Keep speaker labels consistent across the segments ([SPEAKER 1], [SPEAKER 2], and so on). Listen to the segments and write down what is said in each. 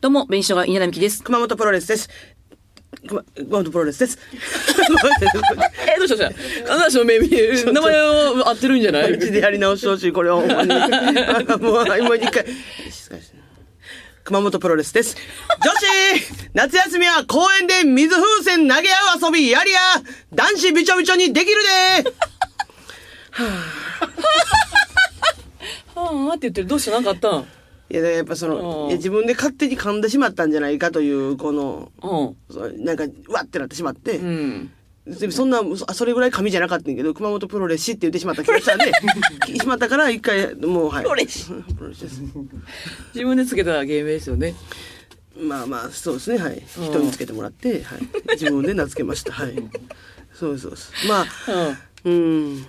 [SPEAKER 1] どうも、弁償が稲田美希です。
[SPEAKER 2] 熊本プロレスです。熊熊本プロレスです。
[SPEAKER 1] え、どうしたどうしたあなたの目見える名前を合ってるんじゃな
[SPEAKER 2] うちでやり直してほしい、これはほんまに。 もう、もう一回。静かにしてな熊本プロレスです。女子夏休みは公園で水風船投げ合う遊びやりや男子びちょびちょにできるで
[SPEAKER 1] はぁーって言ってる。どうしたなんかあったん
[SPEAKER 2] いや、だからやっぱその
[SPEAKER 1] う、ん
[SPEAKER 2] いや自分で勝手に噛んでしまったんじゃないかという、この、
[SPEAKER 1] うん。
[SPEAKER 2] そうなんか、わってなってしまって。
[SPEAKER 1] うん。
[SPEAKER 2] でもそんな、そそれぐらい紙じゃなかったんやけど、熊本プロレスって言ってしまった気がし たんで、きしまったから一回、もう、はい。
[SPEAKER 1] プロレス
[SPEAKER 2] プロレスです。
[SPEAKER 1] 自分でつけた芸名ですよね。
[SPEAKER 2] まあまあ、そうですね、はい。人につけてもらって、はい。自分で名付けました、はい。そうですそうです。まあ、
[SPEAKER 1] うん。
[SPEAKER 2] うん。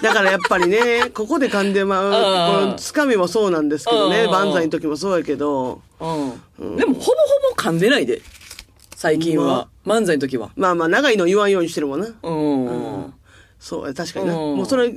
[SPEAKER 2] だからやっぱりね、ここで噛んでまう、
[SPEAKER 1] うん
[SPEAKER 2] このつかみもそうなんですけどね、
[SPEAKER 1] うん
[SPEAKER 2] 万歳の時もそうやけど、
[SPEAKER 1] うん。でも、ほぼほぼ噛んでないで。最近は。漫才の時は。
[SPEAKER 2] まあまあ、長いの言わんようにしてるもんな。
[SPEAKER 1] うん。
[SPEAKER 2] そう、確かにな。
[SPEAKER 1] うん
[SPEAKER 2] もうそれ、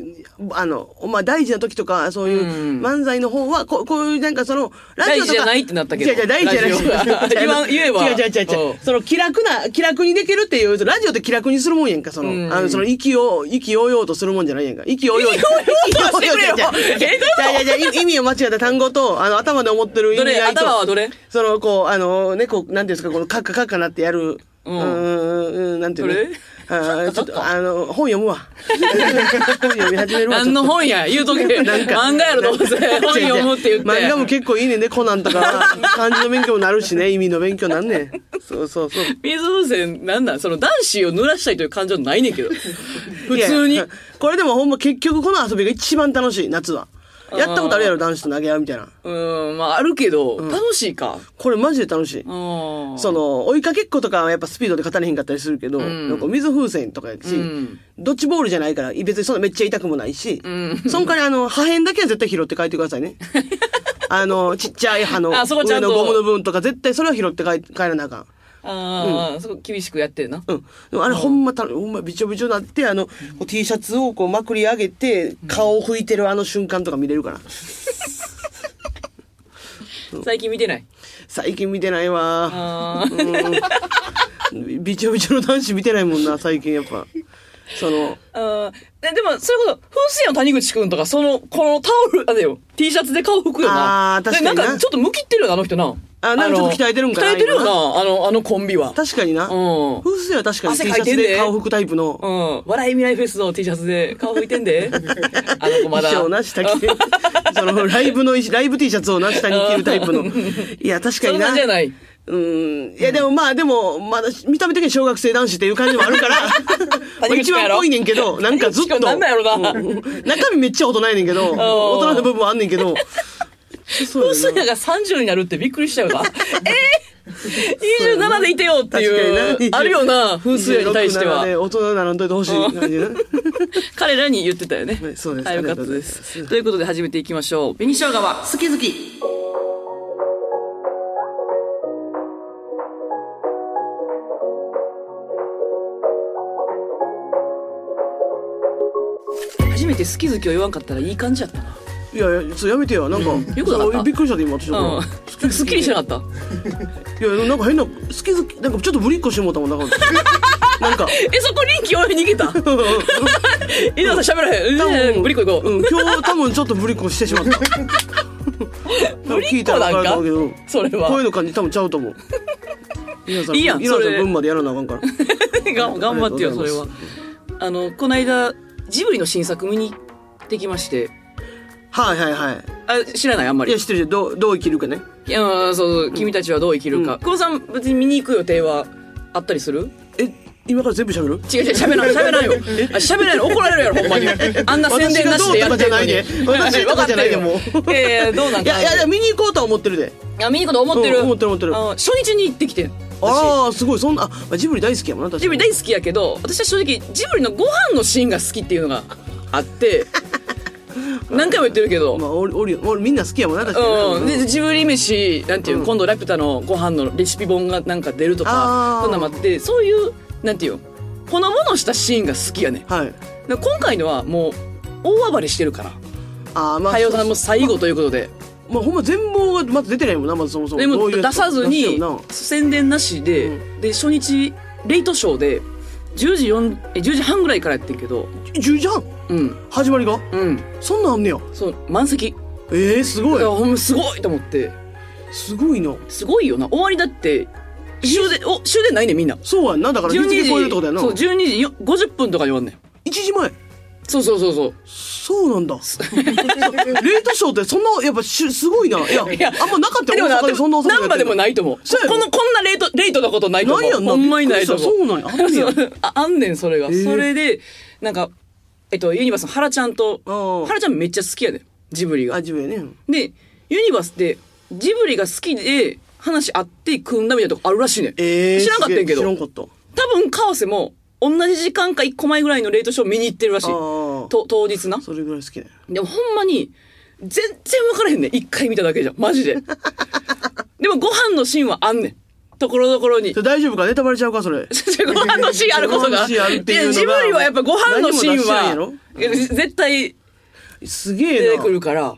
[SPEAKER 2] あの、まあ大事な時とか、そういう
[SPEAKER 1] うん
[SPEAKER 2] 漫才の方は、ここういうなんかその、
[SPEAKER 1] 大
[SPEAKER 2] とか
[SPEAKER 1] 事じゃないってなったけど
[SPEAKER 2] 違う違う、大事じゃない。
[SPEAKER 1] ラジオが言わん言えば
[SPEAKER 2] 違う違う違う違
[SPEAKER 1] う。
[SPEAKER 2] うんその気楽な、気楽にできるっていう、ラジオって気楽にするもんやんか、その、
[SPEAKER 1] うん
[SPEAKER 2] あの、その、意気を、意気揚々とするもんじゃないやんか。意気揚々と。意
[SPEAKER 1] 気揚々としてくれよ
[SPEAKER 2] 違う違う違う
[SPEAKER 1] えど
[SPEAKER 2] 違う違う違う意味を間違った単語と、あの、頭で思ってる意
[SPEAKER 1] ど
[SPEAKER 2] 味
[SPEAKER 1] れ
[SPEAKER 2] 合いと。
[SPEAKER 1] 頭はどれ
[SPEAKER 2] その、こう、あの、ね、こう、なんていうんですか、この、カッカカッカなってやる。う、
[SPEAKER 1] うんん
[SPEAKER 2] うん、なんていうの
[SPEAKER 1] それ
[SPEAKER 2] あーちょっと、あの、本読む わ。本読み始めるわ。
[SPEAKER 1] 何の
[SPEAKER 2] ちょっ
[SPEAKER 1] 本や言うとけ。
[SPEAKER 2] なんか
[SPEAKER 1] 漫画やろ、どう せ。
[SPEAKER 2] と
[SPEAKER 1] 本読むって言って。
[SPEAKER 2] 違う違う漫画も結構いいねんね、コナンとか。漢字の勉強もなるしね、意味の勉強な んねん。そうそうそう。
[SPEAKER 1] 水風船、なんなんその男子を濡らしたいという感情ないねんけ ど。普通
[SPEAKER 2] い
[SPEAKER 1] に
[SPEAKER 2] や。。これでもほんま結局この遊びが一番楽しい、夏は。やったことあるやろ、男子と投げ合うみたいな。
[SPEAKER 1] うん、まああるけど、楽しいか。
[SPEAKER 2] これマジで楽しい。
[SPEAKER 1] うん。
[SPEAKER 2] その、追いかけっことかはやっぱスピードで勝たれへんかったりするけど、
[SPEAKER 1] ん
[SPEAKER 2] なんか水風船とかやし、
[SPEAKER 1] ん
[SPEAKER 2] ドッジボールじゃないから、別にそんなめっちゃ痛くもないし、その代わりあの、破片だけは絶対拾って帰ってくださ いね。あの、ちっちゃい歯の、
[SPEAKER 1] あそこちゃ
[SPEAKER 2] 上
[SPEAKER 1] んと
[SPEAKER 2] のゴムの部分とか絶対それは拾って帰帰らなあかん。
[SPEAKER 1] ああ、すごい厳しくやってるな。
[SPEAKER 2] うん。でもあれほんまた、ほんまびちょびちょになって、あの、こう T シャツをこうまくり上げて、顔を拭いてるあの瞬間とか見れるから。
[SPEAKER 1] 最近見てない。
[SPEAKER 2] 最近見てないわ。
[SPEAKER 1] ああ、
[SPEAKER 2] うんびちょびちょの男子見てないもんな、最近やっぱ。その、
[SPEAKER 1] あーでも、それこそ、風船の谷口くんとか、その、このタオル、あれよ、T シャツで顔拭くよな。
[SPEAKER 2] あー確かにな
[SPEAKER 1] でなんか、ちょっとむきってるよな、あの人な。
[SPEAKER 2] あなんかちょっと鍛えてるんかな
[SPEAKER 1] 鍛えてるよな、あの、あのコンビは。
[SPEAKER 2] 確かにな。
[SPEAKER 1] うん
[SPEAKER 2] 風水は確かに
[SPEAKER 1] 汗
[SPEAKER 2] T
[SPEAKER 1] か
[SPEAKER 2] シ
[SPEAKER 1] い
[SPEAKER 2] ャ
[SPEAKER 1] て
[SPEAKER 2] ツ
[SPEAKER 1] んで
[SPEAKER 2] で顔拭くタイプの。
[SPEAKER 1] うん。笑い未来フェスの T シャツで顔拭いてん で。あの子まだ。
[SPEAKER 2] 衣装な下着 てそのライブのライブ T シャツをな下に着るタイプのいや確か
[SPEAKER 1] そ
[SPEAKER 2] に
[SPEAKER 1] ん
[SPEAKER 2] な
[SPEAKER 1] なんじゃない。
[SPEAKER 2] うんいやでもまあでもまだ見た目的に小学生男子っていう感じもある からまあ一番っぽいねんけどなんかずっ
[SPEAKER 1] しか
[SPEAKER 2] と
[SPEAKER 1] もなんなんやろな
[SPEAKER 2] うん中身めっちゃ大人やねんけど大人の部分もあんねん けどそうや
[SPEAKER 1] 風
[SPEAKER 2] な
[SPEAKER 1] 水が30になるってびっくりした よな。えー、27でいてよっていう、あるよな、風水に対して
[SPEAKER 2] 26ならね
[SPEAKER 1] は。
[SPEAKER 2] 大人にならんといてほしい感じな
[SPEAKER 1] 彼らに言ってたよね
[SPEAKER 2] はい。そうです
[SPEAKER 1] はいよかったで
[SPEAKER 2] あり
[SPEAKER 1] す。
[SPEAKER 2] が
[SPEAKER 1] ということで始めていきましょう。紅生姜は
[SPEAKER 2] 好き好き
[SPEAKER 1] 初めて好き好きを言わんかったらいい感じやったな。
[SPEAKER 2] いやいやそうやめてよなんか
[SPEAKER 1] よくなかった
[SPEAKER 2] びっくりしたで今私
[SPEAKER 1] うん。すっきりしなかっ
[SPEAKER 2] いや、なんか変な、好き好き、なんかちょっとぶりっこしてもうたもん、なんか。 な んか。
[SPEAKER 1] た。え、そこ人気俺逃げ た井田さん喋らへん。うん、ぶりっこ行こ
[SPEAKER 2] うん、今日多分ちょっとぶりっこしてしま った。
[SPEAKER 1] ぶりっこなんか
[SPEAKER 2] 聞いたら分ると思うけど
[SPEAKER 1] それは
[SPEAKER 2] 声の感じ多分ちゃう と思う。皆さん、
[SPEAKER 1] いいやん
[SPEAKER 2] 皆さん
[SPEAKER 1] それ
[SPEAKER 2] 分までやらなあかんから。
[SPEAKER 1] う。 がん頑張ってよ、それ
[SPEAKER 2] あ
[SPEAKER 1] は
[SPEAKER 2] りが。
[SPEAKER 1] あの、この間、ジブリの新作見に行ってきまして、
[SPEAKER 2] はいはいはい。
[SPEAKER 1] あ、知らないあんま
[SPEAKER 2] い
[SPEAKER 1] り
[SPEAKER 2] や、。知ってるよ。どう、どう生きるかね。
[SPEAKER 1] いやそうそう君たちはどう生きるか、久保さん別に見に行く予定はあったりする
[SPEAKER 2] え、今から全部喋る
[SPEAKER 1] 違う違う喋らな い喋らないよあ喋らないの怒られるやろほんまにあんな宣伝なしでやってるのに
[SPEAKER 2] 私がどうとかじゃないで私とかじゃないでもう
[SPEAKER 1] いやいやどうなん
[SPEAKER 2] い
[SPEAKER 1] か
[SPEAKER 2] や、いや、いや見に行こうとは思ってるで。
[SPEAKER 1] あ見に行くと思ってる
[SPEAKER 2] うん思ってる思ってる
[SPEAKER 1] あの初日に行ってきてん私
[SPEAKER 2] ああ、すごい、そんな、あまあ、ジブリ大好きやもんな、確か
[SPEAKER 1] ジブリ大好きやけど私は正直ジブリのご飯のシーンが好きっていうのがあって 何回も言ってるけど、
[SPEAKER 2] まあ、おり、おり、おりみんな好きやもんな、確か
[SPEAKER 1] うん、
[SPEAKER 2] に。
[SPEAKER 1] でジブリ飯なんていう、今度ラピュタのご飯のレシピ本がなんか出ると
[SPEAKER 2] あ
[SPEAKER 1] か
[SPEAKER 2] ー
[SPEAKER 1] そんなんもあってそういうなんていうほのぼのしたシーンが好きやねん
[SPEAKER 2] はい。
[SPEAKER 1] で今回のはもう大暴れしてるから
[SPEAKER 2] ああ、まあ。
[SPEAKER 1] 太陽さんも最後ということで、
[SPEAKER 2] まあほんま全貌がまず出てないもんなまずそもそも
[SPEAKER 1] で
[SPEAKER 2] ど
[SPEAKER 1] も
[SPEAKER 2] ういう
[SPEAKER 1] 出
[SPEAKER 2] やつ
[SPEAKER 1] さず
[SPEAKER 2] 出して
[SPEAKER 1] に
[SPEAKER 2] もな
[SPEAKER 1] 宣伝なしで、
[SPEAKER 2] う
[SPEAKER 1] で初日レイトショーで10時4え10時半ぐらいからやってんけど
[SPEAKER 2] 10時半
[SPEAKER 1] うん
[SPEAKER 2] 始まりが
[SPEAKER 1] うん
[SPEAKER 2] そんなんあんねや
[SPEAKER 1] そう満席
[SPEAKER 2] えー、す
[SPEAKER 1] だ
[SPEAKER 2] ご
[SPEAKER 1] か
[SPEAKER 2] い
[SPEAKER 1] らほんますごいと思って
[SPEAKER 2] すごいな
[SPEAKER 1] すごいよな終わりだって終電お終電ないねみんな
[SPEAKER 2] そうやんなだから日付超えるってことやな
[SPEAKER 1] そう12時よ50分とかに終わんねん
[SPEAKER 2] 1時前
[SPEAKER 1] そうそうそうそう
[SPEAKER 2] そうなんだレートショーってそんなやっぱしすごいないや
[SPEAKER 1] いや
[SPEAKER 2] あんまなかった
[SPEAKER 1] でも
[SPEAKER 2] よ
[SPEAKER 1] な、
[SPEAKER 2] 大阪でそんな遅く
[SPEAKER 1] ナンバでもないと思う。こ
[SPEAKER 2] そうやろ
[SPEAKER 1] の、こんなレート、レートなことないと思う。
[SPEAKER 2] ないやんな
[SPEAKER 1] ほんまにないと思う。
[SPEAKER 2] びっくりしたそうなんやあんね
[SPEAKER 1] ああんね ん、それが。
[SPEAKER 2] ー
[SPEAKER 1] それで、なんか、えっと、ユニバースの原ちゃんと、
[SPEAKER 2] あー
[SPEAKER 1] 原ちゃんめっちゃ好きやで、ジブリ
[SPEAKER 2] あ
[SPEAKER 1] が。
[SPEAKER 2] 自分やね
[SPEAKER 1] で、ユニバースって、ジブリが好きで、話あって組んだみたいなとこあるらしいねん。
[SPEAKER 2] えー、
[SPEAKER 1] 知らんかったんやけど
[SPEAKER 2] 知らんかった
[SPEAKER 1] 多分、川瀬も、同じ時間か一個前ぐらいのレートショー見に行ってるらしい。
[SPEAKER 2] あー
[SPEAKER 1] と当日な。
[SPEAKER 2] それぐらい好きだよ
[SPEAKER 1] でもほんまに、全然分からへんねん。一回見ただけじゃ。マ ジで。でもご飯のシーンはあんねん。ところどころに
[SPEAKER 2] そ。れ大丈夫かネタバレちゃうかそれ
[SPEAKER 1] ご飯のシーンあること
[SPEAKER 2] ご飯
[SPEAKER 1] が。
[SPEAKER 2] のシーンあるっていうのが
[SPEAKER 1] ジブリはやっぱご飯のシーン
[SPEAKER 2] 何も
[SPEAKER 1] は
[SPEAKER 2] 出し、
[SPEAKER 1] いや絶対
[SPEAKER 2] すげ
[SPEAKER 1] 出
[SPEAKER 2] え
[SPEAKER 1] て
[SPEAKER 2] な
[SPEAKER 1] くるから、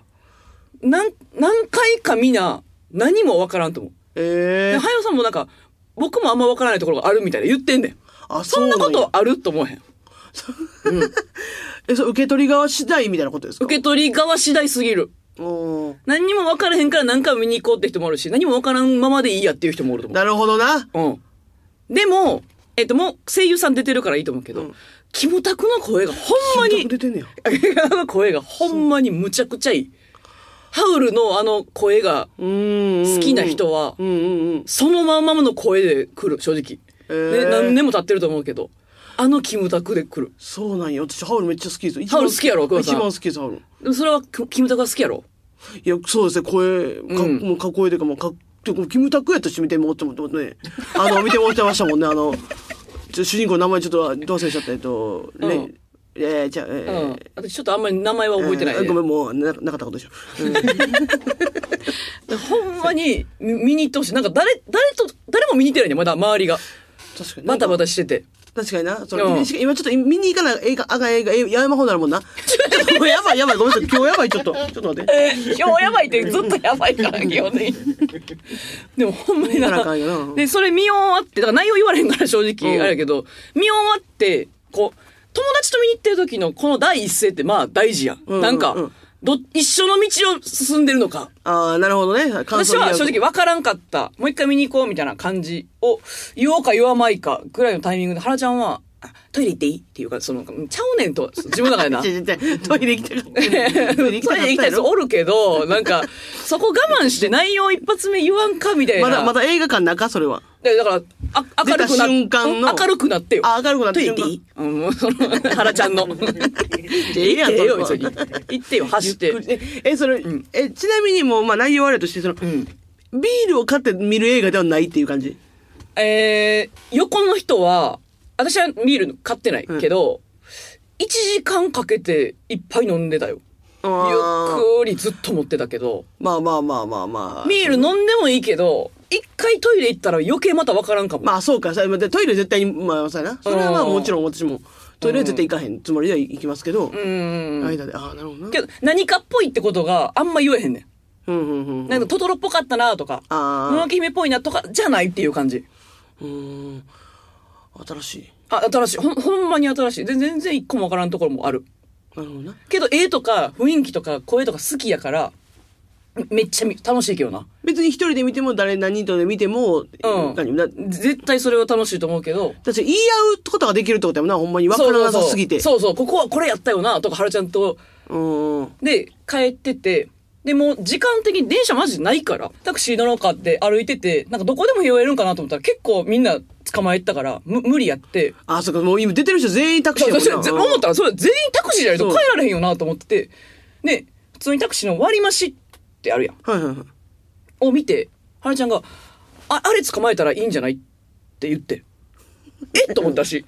[SPEAKER 1] なん、何回か見な、何も分からんと思う。
[SPEAKER 2] え
[SPEAKER 1] で、
[SPEAKER 2] ー
[SPEAKER 1] は、よさんもなんか、僕もあんま分からないところがあるみたいな言ってんねん。
[SPEAKER 2] あ
[SPEAKER 1] そんなこ
[SPEAKER 2] うや
[SPEAKER 1] とあると思えへん。
[SPEAKER 2] えそれ受け取り側次第みたいなことですか
[SPEAKER 1] 受け取り側次第すぎる。
[SPEAKER 2] おー
[SPEAKER 1] 何にも分からへんから何回も見に行こうって人もおるし、何も分からんままでいいやっていう人もおると思う。
[SPEAKER 2] なるほどな
[SPEAKER 1] うん。でも、えっと、もう声優さん出てるからいいと思うけど、キムタクの声がほんま
[SPEAKER 2] 金
[SPEAKER 1] に
[SPEAKER 2] 額、出てんねや
[SPEAKER 1] キム タクの声がほんまにむちゃくちゃいい。ハウルのあの声が
[SPEAKER 2] うーんうんうん
[SPEAKER 1] 好きな人は
[SPEAKER 2] う、んうんうん
[SPEAKER 1] そのまんまの声で来る、正直。
[SPEAKER 2] へ
[SPEAKER 1] ね
[SPEAKER 2] ー
[SPEAKER 1] 何年も経ってると思うけど、あのキムタクで来る。
[SPEAKER 2] そうなんや私ハウルめっちゃ好きです一
[SPEAKER 1] ハ
[SPEAKER 2] 番
[SPEAKER 1] ウル好きやろ桑田
[SPEAKER 2] 一
[SPEAKER 1] さん
[SPEAKER 2] 番好きですハウル
[SPEAKER 1] でもそれはキキムタクが好きやろ
[SPEAKER 2] いや、そうですね、声、か、
[SPEAKER 1] うん
[SPEAKER 2] もうかっこいいというか、もうかっ、でもキムタクやとして見てもってもってね、あの、見てもってましたもんね、あの、ちょ主人公の名前ちょっと、どうせしちゃった、えっと、
[SPEAKER 1] うん
[SPEAKER 2] ね、えー、じゃあ、え
[SPEAKER 1] う
[SPEAKER 2] ー
[SPEAKER 1] ん。私ちょっとあんまり名前は覚えてない
[SPEAKER 2] あ
[SPEAKER 1] で。
[SPEAKER 2] ごめん、もうな、なかったことでしょ。
[SPEAKER 1] ほんまに見見に行ってほしい。なんか誰、誰と、誰も見に行ってないね、まだ周りが。
[SPEAKER 2] 確かに。
[SPEAKER 1] バタバ
[SPEAKER 2] タ。
[SPEAKER 1] タしてて。
[SPEAKER 2] 確かにな。それ、
[SPEAKER 1] うん
[SPEAKER 2] 今ちょっと見に行かない、映画、あが映画、えやまほうなるもん な。ちょっと、やばいやばい、ごめんなさい、今日やばい、ちょっと、ちょっと待って。
[SPEAKER 1] 今日やばいってずっとやばいから、基本的に。 でもほんまに
[SPEAKER 2] 見たらあかん
[SPEAKER 1] な
[SPEAKER 2] よな
[SPEAKER 1] で、それ見終わって、だから内容言われへんから正
[SPEAKER 2] う
[SPEAKER 1] 直、
[SPEAKER 2] ん
[SPEAKER 1] あれやけど、見終わって、こう、友達と見に行ってる時のこの第一声ってまあ大事やん。
[SPEAKER 2] うんうん
[SPEAKER 1] なんか
[SPEAKER 2] うん、
[SPEAKER 1] ど、一緒の道を進んでるのか。
[SPEAKER 2] ああ、なるほどね。感
[SPEAKER 1] 私
[SPEAKER 2] 想
[SPEAKER 1] は
[SPEAKER 2] 言い合う
[SPEAKER 1] 正直分からんかった。もう一回見に行こうみたいな感じを言おうか言わないかぐらいのタイミングで、原ちゃんは、あトイレ行っていいっていうか、その、ちゃうねんと、自分の中でな。
[SPEAKER 2] ちょちょ ちょトイレ行きたかった。 トイレ行き
[SPEAKER 1] そ
[SPEAKER 2] た
[SPEAKER 1] れ
[SPEAKER 2] か
[SPEAKER 1] で
[SPEAKER 2] っ
[SPEAKER 1] 行き
[SPEAKER 2] た
[SPEAKER 1] た
[SPEAKER 2] や
[SPEAKER 1] いやつ
[SPEAKER 2] ろ。
[SPEAKER 1] おるけど、なん か、そこ我慢して内容一発目言わんかみたいな。
[SPEAKER 2] まだ、まだ映画館中、それは。
[SPEAKER 1] でだから、あ明るくな
[SPEAKER 2] 出た瞬間の
[SPEAKER 1] 明るくなってよ。
[SPEAKER 2] あ明るくなっ
[SPEAKER 1] ト
[SPEAKER 2] て
[SPEAKER 1] イレ行っていいうん、もうその、原ちゃん の。行って
[SPEAKER 2] やん
[SPEAKER 1] よ、別
[SPEAKER 2] そ
[SPEAKER 1] に。
[SPEAKER 2] こ
[SPEAKER 1] 行ってよ、走って。
[SPEAKER 2] ええそれ、えちなみにもうまあ内容はあれとしてその、
[SPEAKER 1] ん
[SPEAKER 2] ビールを買って見る映画ではないっていう感じ
[SPEAKER 1] えー、横の人は、私はビール買ってないけど、1時間かけていっぱい飲んでたよ。
[SPEAKER 2] ゆ
[SPEAKER 1] ゆっくりずっと持ってたけど、
[SPEAKER 2] まあまあまあまあまあ
[SPEAKER 1] ビール飲んでもいいけど、一回トイレ行ったら余計またわからんかも。
[SPEAKER 2] まあそうかさまあでトイレ絶対にまあそうやなそれはまあもちろん私もトイレは絶対行かへんつもりでは行きますけど、
[SPEAKER 1] うん。
[SPEAKER 2] 間でああなるほどな
[SPEAKER 1] けど、何かっぽいってことがあんま言えへんね
[SPEAKER 2] うんうんうん
[SPEAKER 1] ん。なんか、トトロっぽかったなとか、
[SPEAKER 2] あー
[SPEAKER 1] もののけ姫っぽいなとか、じゃないっていう感じ。
[SPEAKER 2] うん新しい
[SPEAKER 1] あ、新しい。ほん、ほんまに新しい。で、全然一個もわからんところもある。
[SPEAKER 2] なるほどな
[SPEAKER 1] けど、絵とか、雰囲気とか、声とか好きやから、めめっちゃみ楽しいけどな。
[SPEAKER 2] 別に一人で見ても誰何人とで見ても、
[SPEAKER 1] うん
[SPEAKER 2] 何な
[SPEAKER 1] 絶対それは楽しいと思うけど。
[SPEAKER 2] 確かに言い合うことができるってことやもんなほんまに分からなさすぎて
[SPEAKER 1] そうそうそうそう、ここはこれやったよな、とか、はるちゃんと、
[SPEAKER 2] うんうん
[SPEAKER 1] で、帰ってて、で、もう時間的に電車マジないから、タクシー乗ろうかって歩いてて、なんかどこでも拾えるんかなと思ったら結構みんな捕まえてたから、む無理やって。
[SPEAKER 2] あ、そうか、もう今出てる人全員タクシー
[SPEAKER 1] そ
[SPEAKER 2] や
[SPEAKER 1] う
[SPEAKER 2] もん
[SPEAKER 1] そ
[SPEAKER 2] な
[SPEAKER 1] う思ったら、それ全員タクシーじゃないと
[SPEAKER 2] そう
[SPEAKER 1] 帰られへんよなと思ってて、で、普通にタクシーの割り増しってあるやん。
[SPEAKER 2] はいはいはい。
[SPEAKER 1] を見て、はるちゃんが、あ、あれ捕まえたらいいんじゃないって言って。えっと思ったし、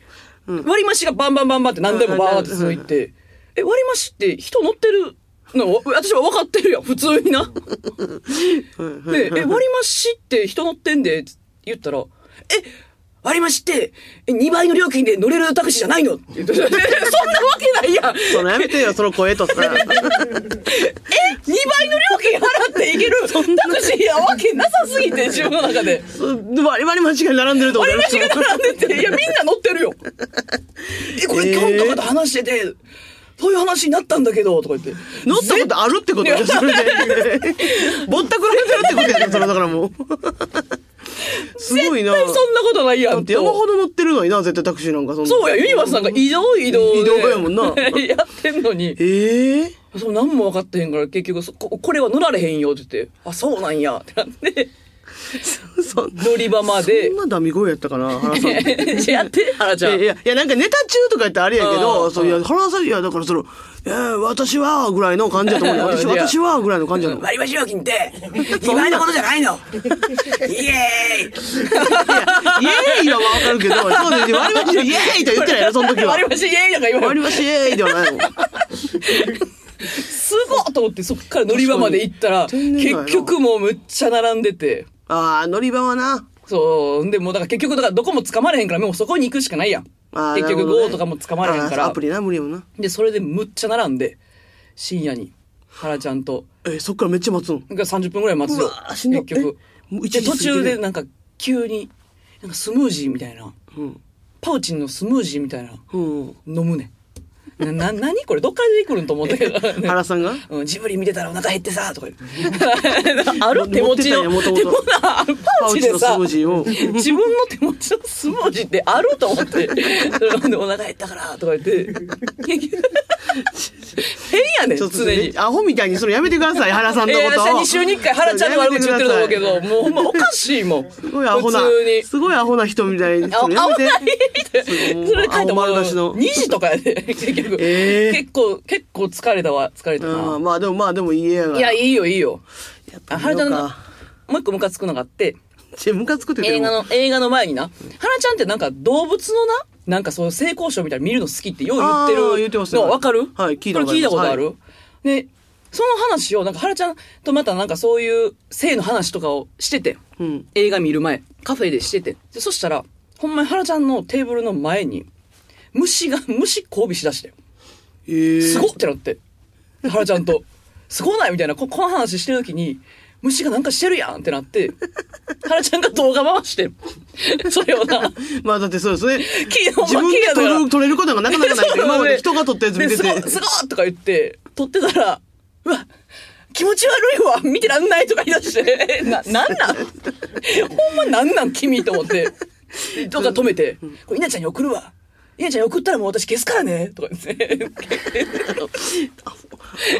[SPEAKER 1] 割り増しがバンバンバンバンって何でもバーって続いて、え、割り増しって人乗ってるのわ私は分かってるやん、普通にな。で、え、割り増しって人乗ってんでって言ったら、え、割り増って、え2倍の料金で乗れるタクシーじゃないのって言ってそんなわけないやん
[SPEAKER 2] そのやめてよ、その声 とさ。
[SPEAKER 1] え !2 倍の料金払っていけるタクシーやわけなさすぎて、自分の中で。
[SPEAKER 2] そう割り割り間違い並んでると思う
[SPEAKER 1] 割り箸 が並んでて、いや、みんな乗ってるよ。 え、これ今日とかと話してて、そういう話になったんだけど、とか言って。
[SPEAKER 2] 乗ったことあるってことよ、それで。ぼったくられてるってことやねそれだから もう。すごいな。
[SPEAKER 1] 絶対そんなことないやん
[SPEAKER 2] だ
[SPEAKER 1] っ
[SPEAKER 2] ってて山ほど乗ってるのにな、絶対タクシーなんかそんな。
[SPEAKER 1] そうや、ユニバースなんか移動移動で。
[SPEAKER 2] 移動やもんな
[SPEAKER 1] やってんのに。
[SPEAKER 2] ええ
[SPEAKER 1] そう、何も分かってへんから、結局そこ、これは乗られへんよって言って、あ、そうなんや、ってなって、
[SPEAKER 2] そん
[SPEAKER 1] 乗り場まで
[SPEAKER 2] そん、なダミ声やったかな、原さん。い
[SPEAKER 1] やって、原ちゃ
[SPEAKER 2] や
[SPEAKER 1] ん。
[SPEAKER 2] いや、いやなんかネタ中とかやったらあれやけ
[SPEAKER 1] あ
[SPEAKER 2] ど、
[SPEAKER 1] ー
[SPEAKER 2] そういや、原さん、いや、だからその、えー、私は、ぐらいの感じやと思うよ。私、
[SPEAKER 1] いや
[SPEAKER 2] 私は、ぐらいの感じやと思う。
[SPEAKER 1] 割り箸料金 って、2倍のことじゃ ないのイエーイ
[SPEAKER 2] イエーイはわかる けど、そうだよね、割り箸でイエーイとは言ってないよ、その時は
[SPEAKER 1] 割。り箸イエーイなんか言わ
[SPEAKER 2] 割
[SPEAKER 1] れ
[SPEAKER 2] り箸イエーイではないもん。
[SPEAKER 1] すごっと思って、そっから乗り場まで行ったら、
[SPEAKER 2] 確かに天然街や
[SPEAKER 1] 結
[SPEAKER 2] な
[SPEAKER 1] 局もうむっちゃ並んでて、
[SPEAKER 2] ああ、乗り場はな。
[SPEAKER 1] そう、んで、もうだから結局、だからどこも掴まれへんから、もうそこに行くしかないやん。
[SPEAKER 2] あー
[SPEAKER 1] 結
[SPEAKER 2] なる
[SPEAKER 1] 局
[SPEAKER 2] ほど
[SPEAKER 1] GO
[SPEAKER 2] ね
[SPEAKER 1] とかも掴まれへんか
[SPEAKER 2] あー
[SPEAKER 1] ら
[SPEAKER 2] アプ。リな、無理やもんな。
[SPEAKER 1] で、それでむっちゃ並んで、深夜に、原ちゃんと、
[SPEAKER 2] えー、そっからめっちゃ待つん。
[SPEAKER 1] が30分ぐらい待つよ
[SPEAKER 2] うわーしんど
[SPEAKER 1] 結局
[SPEAKER 2] えもう一
[SPEAKER 1] で
[SPEAKER 2] 時過
[SPEAKER 1] 途
[SPEAKER 2] ぎてる
[SPEAKER 1] 中でなんか急になんかスムージーみたいな
[SPEAKER 2] うん。
[SPEAKER 1] パウチンのスムージーみたいな
[SPEAKER 2] うん。
[SPEAKER 1] 飲むねんなな何これどっから出てくるんと思ったけ ど、ね
[SPEAKER 2] 原さんが
[SPEAKER 1] うん、ジブリ見てたらお腹減ってさとか言う ある手持ちの
[SPEAKER 2] 持ってたんや元々
[SPEAKER 1] 手持ちのあるパウチで
[SPEAKER 2] パ
[SPEAKER 1] さ
[SPEAKER 2] ウチのスムージーを
[SPEAKER 1] 自分の手持ちのスムージーってあると思って それ飲んでお腹減ったからとか言って 変やねん
[SPEAKER 2] ちょ
[SPEAKER 1] 常
[SPEAKER 2] っとね
[SPEAKER 1] に
[SPEAKER 2] アホみたいにそれやめてください、原さんのこ
[SPEAKER 1] えー、
[SPEAKER 2] と。
[SPEAKER 1] 私2週に1回原ちゃんの悪口言ってると思うけど、もうほんまおかしいもん。普通
[SPEAKER 2] すごいアホな、
[SPEAKER 1] に。
[SPEAKER 2] すごいアホな人みたいに。
[SPEAKER 1] あ、あ
[SPEAKER 2] そ
[SPEAKER 1] お
[SPEAKER 2] れ
[SPEAKER 1] な
[SPEAKER 2] やめて
[SPEAKER 1] いって。それ書いたもう
[SPEAKER 2] 青丸出しの
[SPEAKER 1] 2時とかやで、結局。
[SPEAKER 2] えー
[SPEAKER 1] 結構、結構疲れたわ、疲れた
[SPEAKER 2] う
[SPEAKER 1] な。
[SPEAKER 2] ん、まあでもまあでも家やがら。
[SPEAKER 1] いや、いいよ、いいよ。
[SPEAKER 2] やっぱ
[SPEAKER 1] あ
[SPEAKER 2] 見よ
[SPEAKER 1] 原
[SPEAKER 2] う
[SPEAKER 1] ちゃんの、も
[SPEAKER 2] か。
[SPEAKER 1] う一個ムカつくのがあって、
[SPEAKER 2] ちムカつくって言
[SPEAKER 1] 映
[SPEAKER 2] ってる
[SPEAKER 1] 画
[SPEAKER 2] もん
[SPEAKER 1] の、映画の前にな、原ちゃんってなんか動物のな、なんかそういう性交渉みたいなの見るの好きってよう言ってる
[SPEAKER 2] あー言ってますね
[SPEAKER 1] のわかる
[SPEAKER 2] はい聞いた
[SPEAKER 1] こ
[SPEAKER 2] こと
[SPEAKER 1] れ聞いたことある、
[SPEAKER 2] は
[SPEAKER 1] で、その話を、なんか原ちゃんとまたなんかそういう性の話とかをしてて、
[SPEAKER 2] うん。
[SPEAKER 1] 映画見る前、カフェでしてて。でそしたら、ほんまに原ちゃんのテーブルの前に、虫が、虫交尾しだして。
[SPEAKER 2] えー、
[SPEAKER 1] すごっってなって。原ちゃんと。すごないみたいな、ここの話してる時に、虫がなんかしてるやんってなって、原ちゃんが動画回して。それをな、昨
[SPEAKER 2] まあだってそうですね。
[SPEAKER 1] 日
[SPEAKER 2] 自分で撮る撮れることがな かなかないって今まで人が撮ったやつ見て
[SPEAKER 1] です
[SPEAKER 2] て。
[SPEAKER 1] ごいすごいとか言って、撮ってたら、うわ、気持ち悪いわ見てらんないとか言い出して、 えな、なんなんほんまなんなん君と思って。とか止めて、これ稲ちゃんに送るわ。稲ちゃんに送ったらもう私消すからね。とか言って。
[SPEAKER 2] ア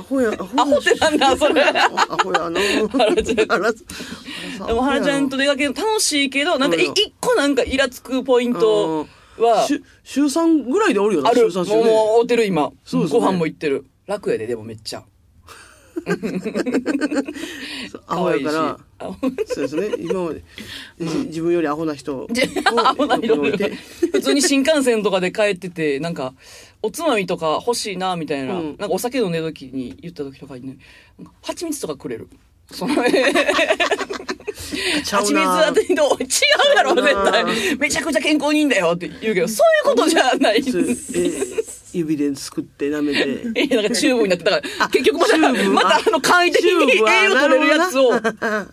[SPEAKER 2] ホや、ア
[SPEAKER 1] ア
[SPEAKER 2] ホや
[SPEAKER 1] ホってなんだ、それ。
[SPEAKER 2] アホやな。
[SPEAKER 1] 原ちゃん
[SPEAKER 2] 原さん
[SPEAKER 1] でも原ちゃんと出かけるの楽しいけど、なんかい
[SPEAKER 2] うん
[SPEAKER 1] 一個なんかイラつくポイントは、
[SPEAKER 2] 週週3ぐらいでおるよな、
[SPEAKER 1] ある。
[SPEAKER 2] 週
[SPEAKER 1] も
[SPEAKER 2] 3
[SPEAKER 1] う、
[SPEAKER 2] 週ね。
[SPEAKER 1] もう、追ってる今。
[SPEAKER 2] そうです
[SPEAKER 1] ご
[SPEAKER 2] ね
[SPEAKER 1] 飯も行ってる。楽やで、でもめっちゃ。
[SPEAKER 2] アホやから
[SPEAKER 1] 可愛いし。
[SPEAKER 2] そうですね、今まで。自分よりアホな人を。
[SPEAKER 1] アホな色
[SPEAKER 2] 横に置いて
[SPEAKER 1] 普通に新幹線とかで帰ってて、なんか、おつまみとか欲しいな、みたいな、
[SPEAKER 2] うん
[SPEAKER 1] なんかお酒飲んでる時に言った時とかにね、なんか蜂蜜とかくれる。その、
[SPEAKER 2] ちゃう
[SPEAKER 1] 蜂
[SPEAKER 2] な
[SPEAKER 1] 蜜当てにどう違うやろ、絶対。めちゃくちゃ健康にいいんだよって言うけど、そういうことじゃない。
[SPEAKER 2] そうえ指ですくって舐めて。
[SPEAKER 1] え、なんかチューブになってたから、結局また、
[SPEAKER 2] チューブ
[SPEAKER 1] またあの簡易的に
[SPEAKER 2] チ
[SPEAKER 1] 栄
[SPEAKER 2] ューブは
[SPEAKER 1] 養取れるやつを、あ
[SPEAKER 2] なるほどな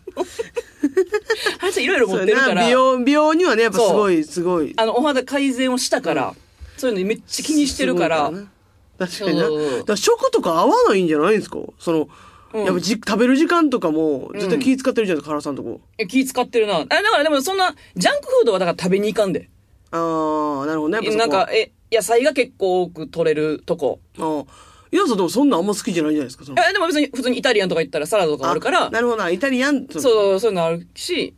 [SPEAKER 1] いついろいろ持
[SPEAKER 2] そ
[SPEAKER 1] っ
[SPEAKER 2] う
[SPEAKER 1] てる
[SPEAKER 2] や
[SPEAKER 1] か
[SPEAKER 2] な
[SPEAKER 1] ら
[SPEAKER 2] 美、容美容にはねやっぱすごいすごい
[SPEAKER 1] あの、お肌改善をしたから、そういうのめっちゃ気にしてるから
[SPEAKER 2] す、ごいか
[SPEAKER 1] そ
[SPEAKER 2] らな確かにな
[SPEAKER 1] うそうそう
[SPEAKER 2] だから食とか合わないんじゃないんですかその、
[SPEAKER 1] うん
[SPEAKER 2] やっぱじ食べる時間とかも絶対気使ってるじゃないですか、原さんとこ
[SPEAKER 1] え気使ってるな。あ、だからでもそんな、ジャンクフードはだから食べに行かんで。
[SPEAKER 2] ああなるほどねやっぱそこ
[SPEAKER 1] な
[SPEAKER 2] は
[SPEAKER 1] んか、え、野菜が結構多く取れるとこ。
[SPEAKER 2] あー岩佐さんでもそんなんあんま好きじゃないじゃないですかその
[SPEAKER 1] え、でも別に普通にイタリアンとか行ったらサラダとかあるから、
[SPEAKER 2] なるほどなイタリアンそう
[SPEAKER 1] そう、そういうのあるし、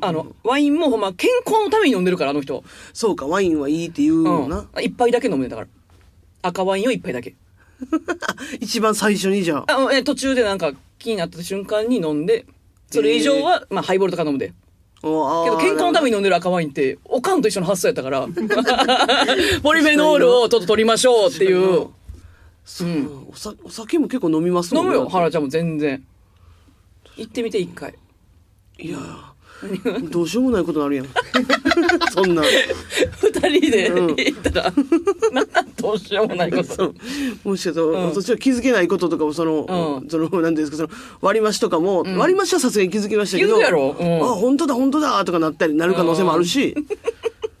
[SPEAKER 1] あの、ワインもほんま健康のために飲んでるから、あの人。
[SPEAKER 2] そうかワインはいいって言う
[SPEAKER 1] う
[SPEAKER 2] も
[SPEAKER 1] ん
[SPEAKER 2] んな、。
[SPEAKER 1] 一杯だけ飲むねんだから。赤ワインを一杯だけ。
[SPEAKER 2] 一番最初にじゃあ
[SPEAKER 1] あうんえ途中でなんか気になった瞬間に飲んで、それ以上は、まあハイボールとか飲むで。
[SPEAKER 2] お
[SPEAKER 1] けど健康のた
[SPEAKER 2] め
[SPEAKER 1] めに飲んでる赤ワインって、おかんと一緒の発想やったから、 ポリフェノールをちょっと取りましょうっていう。
[SPEAKER 2] そう、おさお酒も結構飲みますも
[SPEAKER 1] 飲
[SPEAKER 2] んね
[SPEAKER 1] むよ、原ちゃんも全然。行ってみて、一回。
[SPEAKER 2] いやーどうしようもないことなる やんそんな
[SPEAKER 1] 二人で
[SPEAKER 2] うん
[SPEAKER 1] 行ったら、 なんなんどうしようもないこ
[SPEAKER 2] そ
[SPEAKER 1] と
[SPEAKER 2] う。もしかしたら、
[SPEAKER 1] うん
[SPEAKER 2] そっちは気づけないこととかもその、
[SPEAKER 1] うん
[SPEAKER 2] そのなんていうんですかその割り増しとかも、割り増しはさすがに気づきましたけ
[SPEAKER 1] 気
[SPEAKER 2] ど
[SPEAKER 1] づくやろうん
[SPEAKER 2] あ本当だ本当だとかなったりなる可能性もあるし、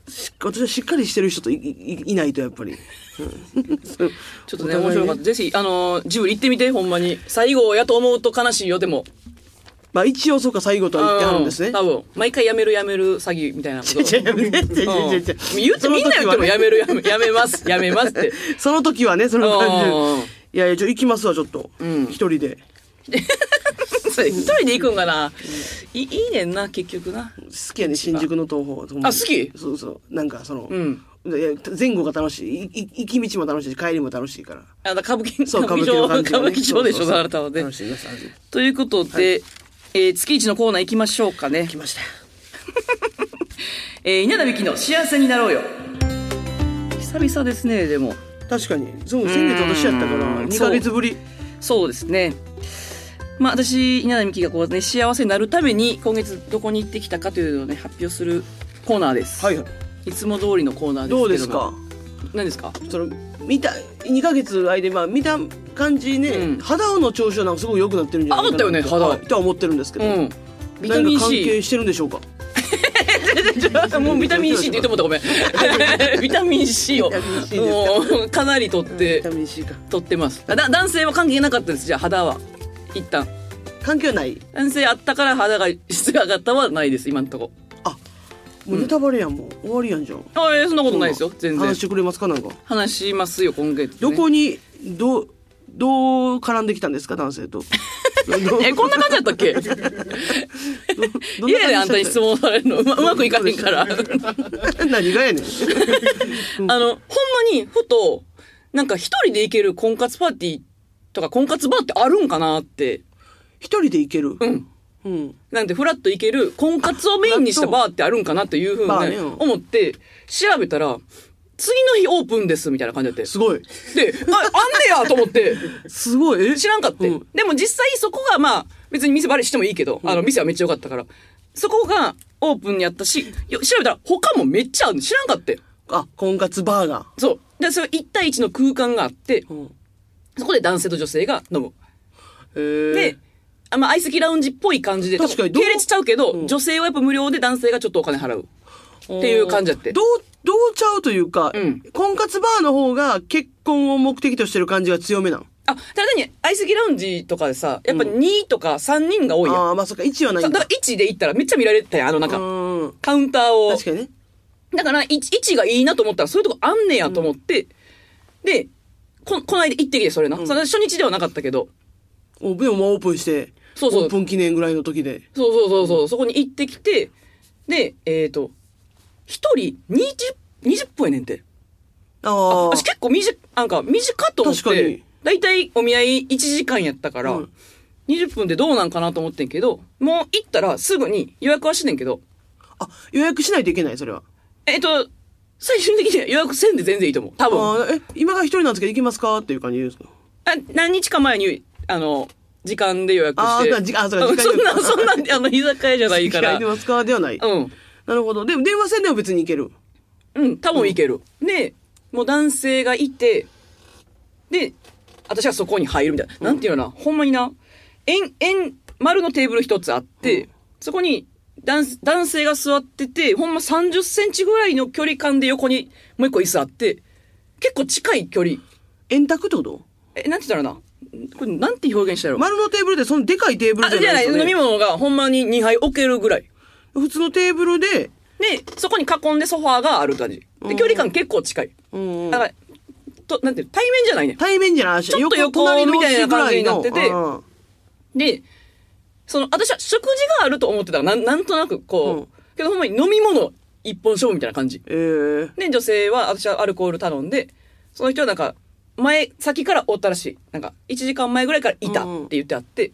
[SPEAKER 2] し私はしっかりしてる人といいいないとやっぱり、うんそう
[SPEAKER 1] ちょっとね、
[SPEAKER 2] お
[SPEAKER 1] 面
[SPEAKER 2] 互い
[SPEAKER 1] 白かった。ぜひ、あのー、ジブリ行ってみて、ほんまに。最後やと思うと悲しいよ、でも。
[SPEAKER 2] まあ一応そうか最後とは言ってあるんですね
[SPEAKER 1] う多分。毎回やめるやめる詐欺みたいなこと。
[SPEAKER 2] 違う違う違
[SPEAKER 1] う
[SPEAKER 2] う違う違う
[SPEAKER 1] ん言ってみんな言ってもやめるやめ、やめます、 やめますって。
[SPEAKER 2] その時はねその感じ
[SPEAKER 1] うん
[SPEAKER 2] いやいやちょ行きますわちょっと、
[SPEAKER 1] ん
[SPEAKER 2] 一人で
[SPEAKER 1] それ一人で行くんかないいいねんな、結局な。
[SPEAKER 2] 好きやね新宿の東宝あ
[SPEAKER 1] あ好き
[SPEAKER 2] そうそうなんかその、
[SPEAKER 1] うん
[SPEAKER 2] いや前後が楽しいいい行き道も楽しいし帰りも楽しいから
[SPEAKER 1] あの、歌舞伎、
[SPEAKER 2] そう
[SPEAKER 1] 歌舞伎町、
[SPEAKER 2] 感じ
[SPEAKER 1] 歌
[SPEAKER 2] がね
[SPEAKER 1] 舞伎町でし
[SPEAKER 2] そ
[SPEAKER 1] ょ、
[SPEAKER 2] うそうそう
[SPEAKER 1] あなたはね
[SPEAKER 2] 楽。しいです楽しいです
[SPEAKER 1] ということで、えー月一のコーナー行きましょうかね
[SPEAKER 2] 来。ました
[SPEAKER 1] えー、稲田美希の幸せになろうよ。久々ですね、でも。
[SPEAKER 2] 確かにそう先月私やったか
[SPEAKER 1] う
[SPEAKER 2] ら
[SPEAKER 1] ん
[SPEAKER 2] 2ヶ月ぶり
[SPEAKER 1] そうですね。まあ私、稲田美希がこうね、幸せになるために、今月どこに行ってきたかというのをね、発表するコーナーです。
[SPEAKER 2] はいはい
[SPEAKER 1] いつも通りのコーナーですけど
[SPEAKER 2] ど
[SPEAKER 1] も
[SPEAKER 2] うですか
[SPEAKER 1] 何ですか
[SPEAKER 2] その見た2ヶ月の間でまあ見た感じね、
[SPEAKER 1] うん
[SPEAKER 2] 肌の調子はなんかすごい良くなってるんじゃな
[SPEAKER 1] あ
[SPEAKER 2] いかな
[SPEAKER 1] あったよね
[SPEAKER 2] と
[SPEAKER 1] 肌
[SPEAKER 2] はいとは思ってるんですけ
[SPEAKER 1] う
[SPEAKER 2] ど、
[SPEAKER 1] ん。ビタミ
[SPEAKER 2] 何
[SPEAKER 1] ン
[SPEAKER 2] か関
[SPEAKER 1] C。
[SPEAKER 2] 係してるんでしょうか
[SPEAKER 1] もうビタミン C って言ってもうたごめん。ビタミン C を
[SPEAKER 2] ビタミン C ですか
[SPEAKER 1] もうかなり取っ
[SPEAKER 2] ビ
[SPEAKER 1] て
[SPEAKER 2] タ、ミン C か
[SPEAKER 1] 取ってます。だ男性は関係なかったです。じゃあ肌は。一旦。
[SPEAKER 2] 関係はない
[SPEAKER 1] 男性あったから肌が質が上がったはないです、今のとこ。
[SPEAKER 2] もうネタバレやんもう終わりやんじゃん
[SPEAKER 1] あえーそんなことないですよ、全然
[SPEAKER 2] 話し。てくれますかなんか
[SPEAKER 1] 話しますよ、今月、ね。
[SPEAKER 2] どこにどうどう絡んできたんですか 男性とどう
[SPEAKER 1] え、こんな感じだったっけ
[SPEAKER 2] ど
[SPEAKER 1] いやいや、あんたに
[SPEAKER 2] 感じ
[SPEAKER 1] 質問されるのうまうまくいかへんから。あ
[SPEAKER 2] だった 何がやねん
[SPEAKER 1] の、ほんまに、ふと、なんか一人で行ける婚活パーティーとか婚活バーってあるんかなって。
[SPEAKER 2] 一人で行ける
[SPEAKER 1] うん。
[SPEAKER 2] うん
[SPEAKER 1] なんで、フラッと行ける婚活をメインにしたバーってあるんかなっていうふう
[SPEAKER 2] バ
[SPEAKER 1] にね
[SPEAKER 2] ーねうん
[SPEAKER 1] 思って、調べたら、次の日オープンですみたいな感じだって。
[SPEAKER 2] すごい
[SPEAKER 1] で、あ、あんねやと思って。
[SPEAKER 2] すごいえ
[SPEAKER 1] 知らんかって、
[SPEAKER 2] うん
[SPEAKER 1] でも実際そこがまあ別に店バレしてもいいけど、あの店はめっちゃ良かったからそこがオープンにやったしよ調べたら他もめっちゃあるの知らんかって
[SPEAKER 2] あ婚活バーガ
[SPEAKER 1] そうでそれ1対1の空間があって
[SPEAKER 2] ー、うん、
[SPEAKER 1] そこで男性と女性が飲む
[SPEAKER 2] えー、
[SPEAKER 1] で、あまあ、相席ラウンジっぽい感じで
[SPEAKER 2] 確かに
[SPEAKER 1] 多分系列ちゃうけど、
[SPEAKER 2] うん
[SPEAKER 1] 女性はやっぱ無料で男性がちょっとお金払うっていう感じやって
[SPEAKER 2] どうどうちゃうというか、
[SPEAKER 1] うん
[SPEAKER 2] 婚活バーの方が結婚を目的としてる感じが強めなの
[SPEAKER 1] あただ何相席ラウンジとかでさやっぱ2とか3人が多いやん、
[SPEAKER 2] ああまあそっか1はない
[SPEAKER 1] さ
[SPEAKER 2] ん
[SPEAKER 1] だ
[SPEAKER 2] だ
[SPEAKER 1] から1で行ったらめっちゃ見られてたやんあのなんか
[SPEAKER 2] うん
[SPEAKER 1] カウンターを
[SPEAKER 2] 確かにね
[SPEAKER 1] だから、位置位置がいいなと思ったら、そういうとこあんねやと思って、で、こ、この間行ってきて、それな。その初日ではなかったけど、
[SPEAKER 2] おでももうオープンして
[SPEAKER 1] そうそう
[SPEAKER 2] オープン記念ぐらいの時で
[SPEAKER 1] そうそうそうそう、そこに行ってきて、で、えっ、と、一人20、20分やねんて。
[SPEAKER 2] あ
[SPEAKER 1] あ
[SPEAKER 2] あ
[SPEAKER 1] 私結構短、なんか短っと思っ
[SPEAKER 2] 確かに
[SPEAKER 1] て、だいたいお見合い1時間やったから、
[SPEAKER 2] うん
[SPEAKER 1] 20分でどうなんかなと思ってんけど、もう行ったらすぐに予約はしてんねんけど、
[SPEAKER 2] あ予約しないといけないそれは
[SPEAKER 1] えっ、と、最終的には予約せんで全然いいと思う。多分。
[SPEAKER 2] あーえ今が一人なんですけど行きますかっていう感じで言うんですか
[SPEAKER 1] あ何日か前に、あの、時間で予約
[SPEAKER 2] あ
[SPEAKER 1] して。
[SPEAKER 2] ーじあそうか
[SPEAKER 1] そ
[SPEAKER 2] 時
[SPEAKER 1] ん
[SPEAKER 2] 間
[SPEAKER 1] な、 そんな、あの、居酒屋じゃないか
[SPEAKER 2] 行
[SPEAKER 1] ら。
[SPEAKER 2] きますかではない、
[SPEAKER 1] うん。
[SPEAKER 2] なるほどでも電話線でも別に行ける
[SPEAKER 1] うん、多分いける。で、もう男性がいて、で、私はそこに入るみたいな。なんていうのかな、ほんまにな、円、円、丸のテーブル一つあって、
[SPEAKER 2] うん
[SPEAKER 1] そこに男、男性が座ってて、ほんま30センチぐらいの距離感で横にもう一個椅子あって、結構近い距離。
[SPEAKER 2] 円卓ってこと
[SPEAKER 1] え、なんて言ったらなこれなんて表現したらいいの
[SPEAKER 2] 丸のテーブルでそのでかいテーブル
[SPEAKER 1] あ、
[SPEAKER 2] じゃ
[SPEAKER 1] じゃ
[SPEAKER 2] な
[SPEAKER 1] ないい、
[SPEAKER 2] ですよ、
[SPEAKER 1] 飲み
[SPEAKER 2] ね、
[SPEAKER 1] 物がほんまに2杯置けるぐらい。
[SPEAKER 2] 普通のテーブルで
[SPEAKER 1] で、そこに囲んでソファーがある感じ。
[SPEAKER 2] う
[SPEAKER 1] で、
[SPEAKER 2] ん
[SPEAKER 1] 距離感結構近い。
[SPEAKER 2] うん
[SPEAKER 1] だから、と、なんていうの、対面じゃないね。
[SPEAKER 2] 対面じゃないち
[SPEAKER 1] ょっと横みたいな感じになってて
[SPEAKER 2] うん
[SPEAKER 1] で、その、私は食事があると思ってたら、なん、なんとなく
[SPEAKER 2] う
[SPEAKER 1] こ
[SPEAKER 2] ん
[SPEAKER 1] う、けどほんまに飲み物一本勝負みたいな感じ。
[SPEAKER 2] えー、
[SPEAKER 1] で、女性は、私はアルコール頼んで、その人はなんか、前、先からおったらしい。なんか、1時間前ぐらいからいたって言ってあって、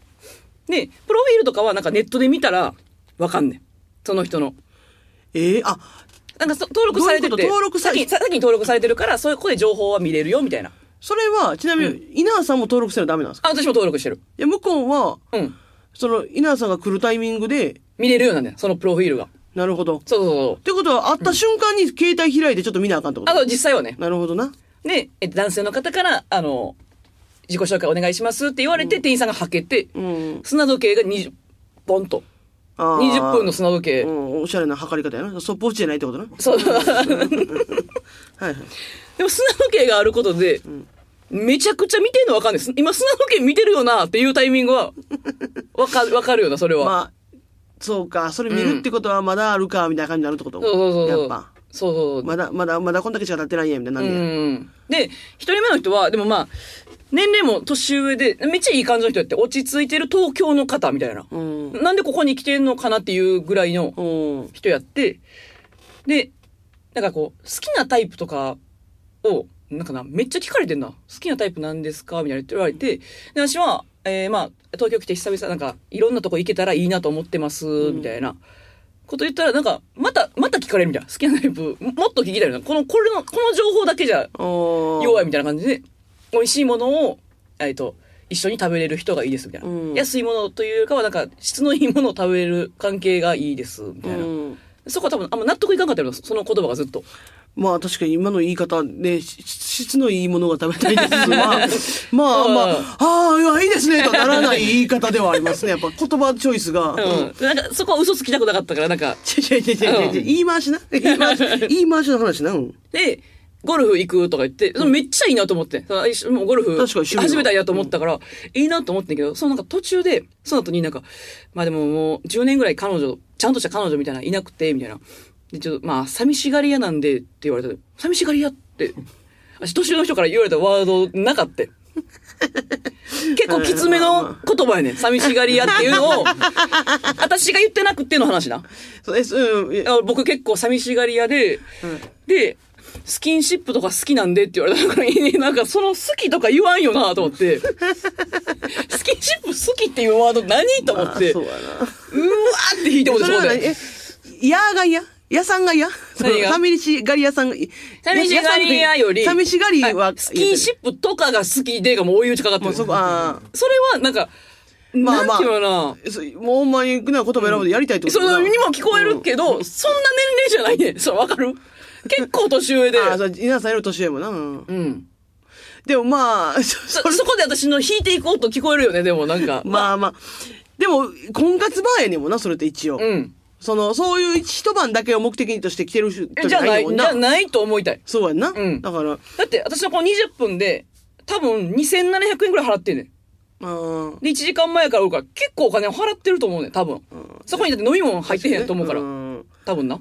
[SPEAKER 1] で、プロフィールとかはなんかネットで見たら、わかんねん。その人の。
[SPEAKER 2] えー、あ
[SPEAKER 1] なんかそ登録されてて
[SPEAKER 2] どういうこと登録され
[SPEAKER 1] 先に先に登録されてるからそういうこで情報は見れるよみたいな
[SPEAKER 2] それはちなみに、稲葉さんも登録せなダメなんですか
[SPEAKER 1] あ私も登録してる
[SPEAKER 2] いや向こうは
[SPEAKER 1] うん
[SPEAKER 2] その稲葉さんが来るタイミングで
[SPEAKER 1] 見れるようになんだよ。そのプロフィールが。
[SPEAKER 2] なるほど。っ
[SPEAKER 1] そうそうそう。
[SPEAKER 2] てことは、会った瞬間に携帯開いてちょっと見なあかんってこ
[SPEAKER 1] あ
[SPEAKER 2] と
[SPEAKER 1] と実際はね。
[SPEAKER 2] なるほどな。
[SPEAKER 1] で、えっと男性の方から、あの、自己紹介お願いしますって言われて、店員さんがはけて、
[SPEAKER 2] うん。
[SPEAKER 1] 砂時計が20、ポンと。
[SPEAKER 2] あー
[SPEAKER 1] 20分の砂時計。
[SPEAKER 2] うん、おしゃれな測り方やな。そっぽ打ちじゃないってことな。
[SPEAKER 1] そう。
[SPEAKER 2] はいはい。
[SPEAKER 1] でも砂時計があることで、めちゃくちゃ見てんのわかんないです。今砂時計見てるよなっていうタイミングは、わかる、わかるよな、それは。
[SPEAKER 2] まあ、そうか。それ見るってことはまだあるか、みたいな感じになるってこと
[SPEAKER 1] そうそうそうそう。
[SPEAKER 2] やっぱ。
[SPEAKER 1] そうそうそう。
[SPEAKER 2] まだ、まだ、まだこんだけしか経ってないや、みたいな。
[SPEAKER 1] う
[SPEAKER 2] なんでや
[SPEAKER 1] ん。で、一人目の人は、でもまあ、年齢も年上で、めっちゃいい感じの人やって、落ち着いてる東京の方みたいな。
[SPEAKER 2] うん。
[SPEAKER 1] なんでここに来てんのかなっていうぐらいの
[SPEAKER 2] うん。
[SPEAKER 1] 人やって、で、なんかこう、好きなタイプとかを、なんかな、めっちゃ聞かれてんな。好きなタイプなんですかみたいな言われて、で、私は、えーまあ、東京来て久々、なんか、いろんなとこ行けたらいいなと思ってます、みたいな。こと言ったら、なんか、また、また聞かれるみたいな。好きなタイプ、ももっと聞きたいな。この、これの、この情報だけじゃ弱
[SPEAKER 2] 弱
[SPEAKER 1] いみたいな感じで、美味しいものを、えっと、一緒に食べれる人がいいですみたいな。
[SPEAKER 2] うん
[SPEAKER 1] 安いものというよりかは、なんか、質のいいものを食べれる関係がいいです、みたいな。
[SPEAKER 2] うん
[SPEAKER 1] そこは多分、あんま納得いかんかったよな、その言葉がずっと。
[SPEAKER 2] まあ確かに今の言い方ね、し質のいいものが食べたい ですが、まあ、
[SPEAKER 1] うん
[SPEAKER 2] まあ、ああ、いやいいですねとはならない言い方ではありますね。やっぱ言葉チョイスが。
[SPEAKER 1] うん。なんか、そこは嘘つきたくなかったから、なんか。
[SPEAKER 2] ちょちょちょちょちょ
[SPEAKER 1] うん
[SPEAKER 2] 言い回しな。言い 回し、言い回しの話な。うん
[SPEAKER 1] で、ゴルフ行くとか言って、そのめっちゃいいなと思って、その一緒もうゴルフ
[SPEAKER 2] 確かに趣味の
[SPEAKER 1] 始めたいなと思ったから、いいなと思ってんけど、そのなんか途中で、その後になんか、まあでももう10年ぐらい彼女、ちゃんとした彼女みたいなのいなくて、みたいな。で、ちょっとまあ、寂しがり屋なんでって言われたら寂しがり屋って、私年上の人から言われたワードなかった。結構きつめの言葉やねん。寂しがり屋っていう のを、私が言ってなくての話な。
[SPEAKER 2] そうえそううん。
[SPEAKER 1] あ僕結構寂しがり屋で、で、スキンシップとか好きなんでって言われたから、いや なんかその好きとか言わんよなと思 って、スキンシップ好きっていうワード何と思
[SPEAKER 2] あ
[SPEAKER 1] って、
[SPEAKER 2] そう
[SPEAKER 1] う
[SPEAKER 2] や
[SPEAKER 1] わ
[SPEAKER 2] な。
[SPEAKER 1] ーって引いても
[SPEAKER 2] それ
[SPEAKER 1] そ
[SPEAKER 2] は
[SPEAKER 1] う
[SPEAKER 2] 何
[SPEAKER 1] で。
[SPEAKER 2] え、やーがややさんがやその
[SPEAKER 1] 何が
[SPEAKER 2] 寂しがり屋さんが、
[SPEAKER 1] 寂しがり屋より、
[SPEAKER 2] 寂しがりは
[SPEAKER 1] あ、スキンシップとかが好きでがもう追い打ちかかって
[SPEAKER 2] もう
[SPEAKER 1] る。そ
[SPEAKER 2] そ
[SPEAKER 1] れ
[SPEAKER 2] こ、ああ。
[SPEAKER 1] はなんか、
[SPEAKER 2] まあまあ
[SPEAKER 1] なんていうのか
[SPEAKER 2] そうもうほんまに、ね、言葉選ぶでやりたいって
[SPEAKER 1] な、
[SPEAKER 2] こと
[SPEAKER 1] そ
[SPEAKER 2] だな
[SPEAKER 1] のにも聞こえるけど、そんな年齢じゃないね。そう、わかる結構年上で。
[SPEAKER 2] ああ、そう、稲田さんより年上もな。うん
[SPEAKER 1] うん。
[SPEAKER 2] でもまあ、そ
[SPEAKER 1] そ
[SPEAKER 2] それ
[SPEAKER 1] そこで私の弾いていこうと聞こえるよね、でもなんか。
[SPEAKER 2] まあまあ。でも、婚活バーやねんもんな、それって一応。
[SPEAKER 1] うん。
[SPEAKER 2] その、そういう一晩だけを目的として来てる人
[SPEAKER 1] えじゃあない、
[SPEAKER 2] もん
[SPEAKER 1] じゃあ
[SPEAKER 2] な。
[SPEAKER 1] ないと思いたい。
[SPEAKER 2] そうやんな。
[SPEAKER 1] うん
[SPEAKER 2] だから、あ
[SPEAKER 1] だって私のこの20分で、多分2700円ぐらい払ってんねん。
[SPEAKER 2] ー
[SPEAKER 1] で、1時間前からおるから、結構お金を払ってると思うねん、多分。そこにだって飲み物入ってへんやと思うから
[SPEAKER 2] う、ん
[SPEAKER 1] 多分な。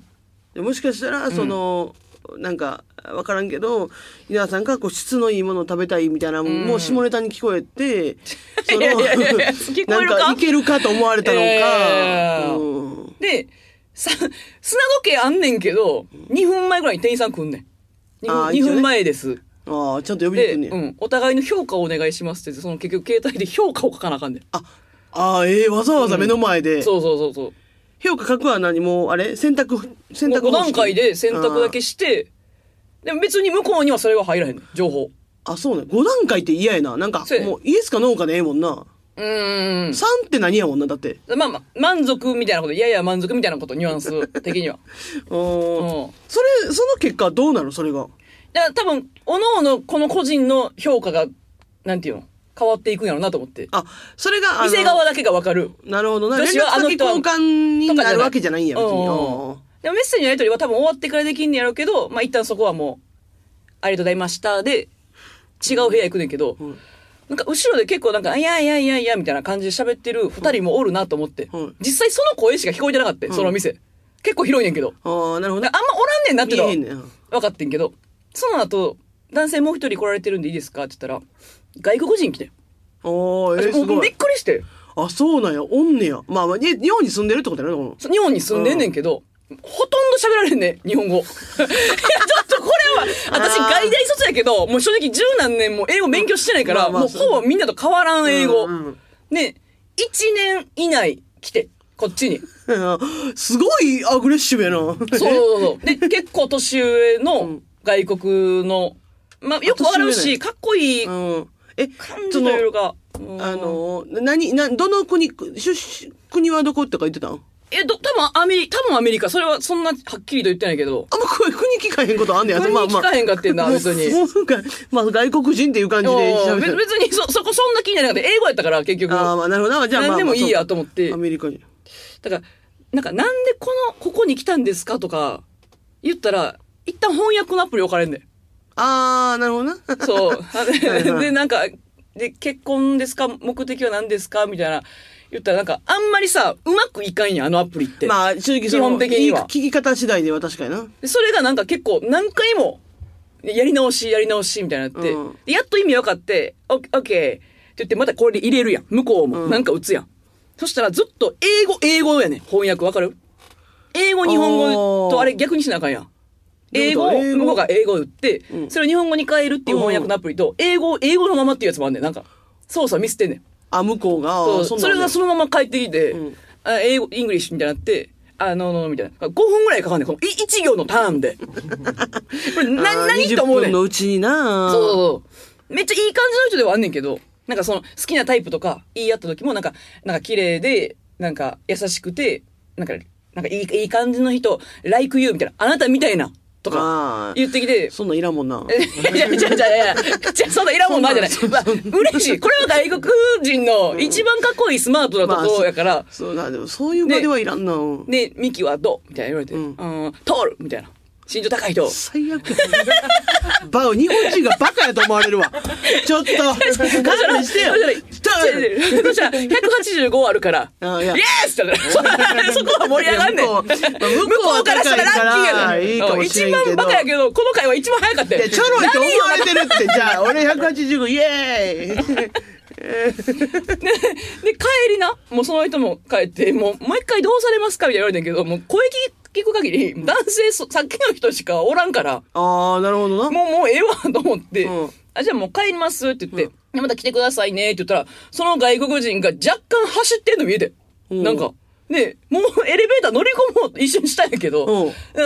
[SPEAKER 2] でもしかしたら、その、なんか、わからんけど、稲田さんがこう質のいいものを食べたいみたいな、もう下ネタに聞こえて、その
[SPEAKER 1] いやいやいやいや聞こえるか
[SPEAKER 2] なんかいけるかと思われたのか、
[SPEAKER 1] えー
[SPEAKER 2] うん
[SPEAKER 1] で、さ、砂時計あんねんけど、2分前ぐらいに店員さん来んねん。
[SPEAKER 2] あー
[SPEAKER 1] 2,
[SPEAKER 2] 一応ね
[SPEAKER 1] 分前です。
[SPEAKER 2] ああ、ちゃんと呼びに
[SPEAKER 1] で、
[SPEAKER 2] 来んねや
[SPEAKER 1] うん、お互いの評価をお願いしますって言って、その結局携帯で評価を書かなあかんねん。
[SPEAKER 2] あ、ああ、ええわざわざ目の前で。
[SPEAKER 1] そうそうそうそう。
[SPEAKER 2] 評価書くは何もう、あれ選択、選択
[SPEAKER 1] 5
[SPEAKER 2] 方
[SPEAKER 1] 段
[SPEAKER 2] 式
[SPEAKER 1] 階で選択だけして、でも別に向こうにはそれが入らへんねん情報。
[SPEAKER 2] あー。あ、そうね。5段階って嫌やな。なんか
[SPEAKER 1] そう、やね
[SPEAKER 2] もうイエスかノーかでええもんな。
[SPEAKER 1] うーん。
[SPEAKER 2] 3って何やもんな、だって。
[SPEAKER 1] まあまあ、満足みたいなこと、いやいや満足みたいなこと、ニュアンス的には。
[SPEAKER 2] う
[SPEAKER 1] うん
[SPEAKER 2] ん。。それ、その結果はどうなのそれが。
[SPEAKER 1] だから多分、おのおのこの個人の評価が、なんていうの変わっていくんやろうなと思って。
[SPEAKER 2] あ、それが、あの
[SPEAKER 1] 店側だけがわかる。
[SPEAKER 2] なるほどな。連
[SPEAKER 1] 女
[SPEAKER 2] 絡
[SPEAKER 1] 子はあの
[SPEAKER 2] 先
[SPEAKER 1] 人は
[SPEAKER 2] 交換に
[SPEAKER 1] とかじゃ
[SPEAKER 2] な
[SPEAKER 1] ない
[SPEAKER 2] るわけじゃないんや、別に。
[SPEAKER 1] うん
[SPEAKER 2] あ
[SPEAKER 1] でもメッセージのやり取りは多分終わってからできんねやろうけど、まあ一旦そこはもう、ありがとうございました。で、違う部屋行くねんけど、
[SPEAKER 2] ん
[SPEAKER 1] なんか後ろで結構なんか、いやいやいやいやみたいな感じで喋ってる二人もおるなと思って、
[SPEAKER 2] うん
[SPEAKER 1] 実際その声しか聞こえてなかった、その店。結構広いねんけど。
[SPEAKER 2] ーあー、なるほど
[SPEAKER 1] あんまおらんねんなって
[SPEAKER 2] 見
[SPEAKER 1] の
[SPEAKER 2] え
[SPEAKER 1] は
[SPEAKER 2] へんねん。
[SPEAKER 1] 分かってんけど、その後、男性もう一人来られてるんでいいですかって言ったら、外国人来て。
[SPEAKER 2] おー、え
[SPEAKER 1] 私
[SPEAKER 2] ー、す
[SPEAKER 1] もう
[SPEAKER 2] ご
[SPEAKER 1] び
[SPEAKER 2] い
[SPEAKER 1] っ。くりして。
[SPEAKER 2] あ、そうなんや。おんねや。まあまあ、に日本に住んでるってことやな、この。
[SPEAKER 1] そ日本に住んでんねんけど、ほとんど喋られんねん、日本語。いや、 ちょっとこれは、私、
[SPEAKER 2] あー
[SPEAKER 1] 外大卒やけど、もう正直十何年も英語勉強してないから、
[SPEAKER 2] まあまあ
[SPEAKER 1] もう
[SPEAKER 2] そう
[SPEAKER 1] ほぼみんなと変わらん英語。
[SPEAKER 2] うんうん
[SPEAKER 1] ね、1年以内来て、こっち に。
[SPEAKER 2] すごいアグレッシブやな。
[SPEAKER 1] そうそうそう。で、結構年上の外国の、まあ、よく笑う
[SPEAKER 2] 年上
[SPEAKER 1] し、かっこいい
[SPEAKER 2] うん。え、
[SPEAKER 1] 感じというか、うん
[SPEAKER 2] あの、な何、な、どの国、出身、国はどこって書いてたん
[SPEAKER 1] え、ど、多分アメリカ、多分アメリカ。それはそんなはっきりと言ってないけど。
[SPEAKER 2] あんま声、国聞かへんことあんねや。
[SPEAKER 1] 国聞かへんかってんな
[SPEAKER 2] まあまあ
[SPEAKER 1] 別 に
[SPEAKER 2] もうなんか、まあ外国人っていう感じで
[SPEAKER 1] お
[SPEAKER 2] 喋
[SPEAKER 1] ー
[SPEAKER 2] って
[SPEAKER 1] 別別にそ、そこそんな気にならなかった。英語やったから、結局。
[SPEAKER 2] ああ、まあなるほどな。じゃあまあま
[SPEAKER 1] 何
[SPEAKER 2] あ。
[SPEAKER 1] でもいいやと思って
[SPEAKER 2] そうアメリカ人。
[SPEAKER 1] だから、なんか、なんでこの、ここに来たんですかとか、言ったら、一旦翻訳のアプリ置かれんねん。
[SPEAKER 2] ああ、なるほどな。
[SPEAKER 1] そう。
[SPEAKER 2] はいはい
[SPEAKER 1] で、なんか、で、結婚ですか目的は何ですかみたいな。言ったら、なんか、あんまりさ、うまくいかんやん、あのアプリって。
[SPEAKER 2] まあ正直そ
[SPEAKER 1] 基
[SPEAKER 2] の、
[SPEAKER 1] 本的には
[SPEAKER 2] 聞き方次第では確かにな。
[SPEAKER 1] でそれがなんか結構、何回も、やり直し、やり直し、みたいになって、
[SPEAKER 2] うん
[SPEAKER 1] でやっと意味分かって、オッケー、オッケーって言って、またこれで入れるやん。向こうも、
[SPEAKER 2] うん
[SPEAKER 1] なんか打つやん。そしたら、ずっと、英語、英語やねん。翻訳、わかる英語、日本語
[SPEAKER 2] あー
[SPEAKER 1] と、あれ逆にしなあかんやん。
[SPEAKER 2] どうい
[SPEAKER 1] 英
[SPEAKER 2] うこ
[SPEAKER 1] 語
[SPEAKER 2] と
[SPEAKER 1] を、
[SPEAKER 2] 英語
[SPEAKER 1] 向こうが英語を打って、
[SPEAKER 2] うん
[SPEAKER 1] それを日本語に変えるっていう翻訳のアプリと、英語を英語のままっていうやつもあんねん。なんか、操作ミスってんねん。
[SPEAKER 2] あ、向こうが。
[SPEAKER 1] そう
[SPEAKER 2] あ
[SPEAKER 1] そ
[SPEAKER 2] んなん
[SPEAKER 1] れ
[SPEAKER 2] あんね
[SPEAKER 1] が
[SPEAKER 2] や
[SPEAKER 1] そのまま帰ってきて、
[SPEAKER 2] うん
[SPEAKER 1] あ英語、イングリッシュみたいになって、あ、ノーノーみたいな。5分ぐらいかかんねん。この1行のターンで。こ れな、
[SPEAKER 2] あー
[SPEAKER 1] 何と思う
[SPEAKER 2] 20
[SPEAKER 1] ねん。
[SPEAKER 2] 分の
[SPEAKER 1] そう
[SPEAKER 2] うちにな。
[SPEAKER 1] そうそう。めっちゃいい感じの人ではあんねんけど、なんかその好きなタイプとか言い合った時もなんか、なんか綺麗で、なんか優しくて、なんか、なんかいいいい感じの人、like you みたいな、あなたみたいな、とか
[SPEAKER 2] あー
[SPEAKER 1] 言ってきて、
[SPEAKER 2] そんなんいらんもんな。
[SPEAKER 1] いやいやいやいやいや、じゃそんないらんもんなじゃない。 まあ、嬉しい。これは外国人の一番かっこいいスマートなところやから、
[SPEAKER 2] そうだ、でもそういう場ではいらんな。うん
[SPEAKER 1] ね、ミキはどうみたいな言われて、
[SPEAKER 2] う
[SPEAKER 1] うんん、通るみたいな。身長高い人。
[SPEAKER 2] 最悪や。バオ、日本人がバカやと思われるわ。ちょっと、勘弁してよ。
[SPEAKER 1] そしたら、185あるから、イ
[SPEAKER 2] あいや
[SPEAKER 1] エスって言ったから、そこは盛り上がんねん。
[SPEAKER 2] いや向こう
[SPEAKER 1] 向
[SPEAKER 2] まあ向こう
[SPEAKER 1] こ
[SPEAKER 2] は
[SPEAKER 1] うからしたらラッキーや
[SPEAKER 2] いいかもしれん
[SPEAKER 1] 一
[SPEAKER 2] け
[SPEAKER 1] 番
[SPEAKER 2] ど
[SPEAKER 1] バカやけど、この回は一番早かった
[SPEAKER 2] い
[SPEAKER 1] よ
[SPEAKER 2] や。ちょろいと思われてるって、じゃあ、俺185、イエーイ
[SPEAKER 1] で、帰りな、もうその人も帰って、もう、毎回どうされますかみたいな言われてんけど、もう声聞く限り、男性そ、さっきの人しかおらんから、
[SPEAKER 2] ああ、なるほどな。
[SPEAKER 1] もう、もうええわと思って、
[SPEAKER 2] うん
[SPEAKER 1] あ、じゃあもう帰りますって言って、でまた来てくださいねって言ったら、その外国人が若干走ってんの見えて。
[SPEAKER 2] うん
[SPEAKER 1] なんか、ね、もうエレベーター乗り込もうと一緒にしたんやけど、
[SPEAKER 2] うん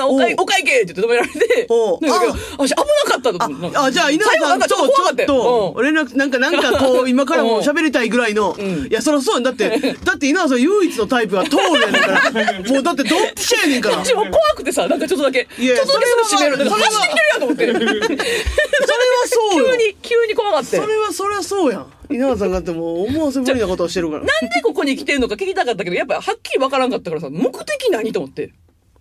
[SPEAKER 1] お会
[SPEAKER 2] うん
[SPEAKER 1] お会計って言って止められて、
[SPEAKER 2] うん
[SPEAKER 1] なんか私危なかったと思って。なんか
[SPEAKER 2] あ、じゃあ、稲葉
[SPEAKER 1] 最後
[SPEAKER 2] さ
[SPEAKER 1] なんん
[SPEAKER 2] と
[SPEAKER 1] かち
[SPEAKER 2] ちょ
[SPEAKER 1] ょっと怖かった
[SPEAKER 2] っ
[SPEAKER 1] よ。うん
[SPEAKER 2] と、連絡、なんか、なんか、こ う、今からも喋りたいぐらいの。
[SPEAKER 1] ん
[SPEAKER 2] いや、そりゃそうやん だって、だって稲葉さん唯一のタイプは通るやねんから。もう、だって、ドンピシャやねんから。
[SPEAKER 1] 私もう怖くてさ、なんかちょっとだけ、
[SPEAKER 2] い
[SPEAKER 1] ち
[SPEAKER 2] や
[SPEAKER 1] ょっとだけすぐ閉める。
[SPEAKER 2] それは
[SPEAKER 1] 走ってきてるやんと思って。
[SPEAKER 2] それはそうよ
[SPEAKER 1] 急に、急に怖がって。
[SPEAKER 2] それはそりゃそうやん。稲葉さんがってもう思わせぶりなことをしてるから。
[SPEAKER 1] なんでここに来てんのか聞きたかったけど、やっぱはっきりわからんかったからさ、目的何と思って。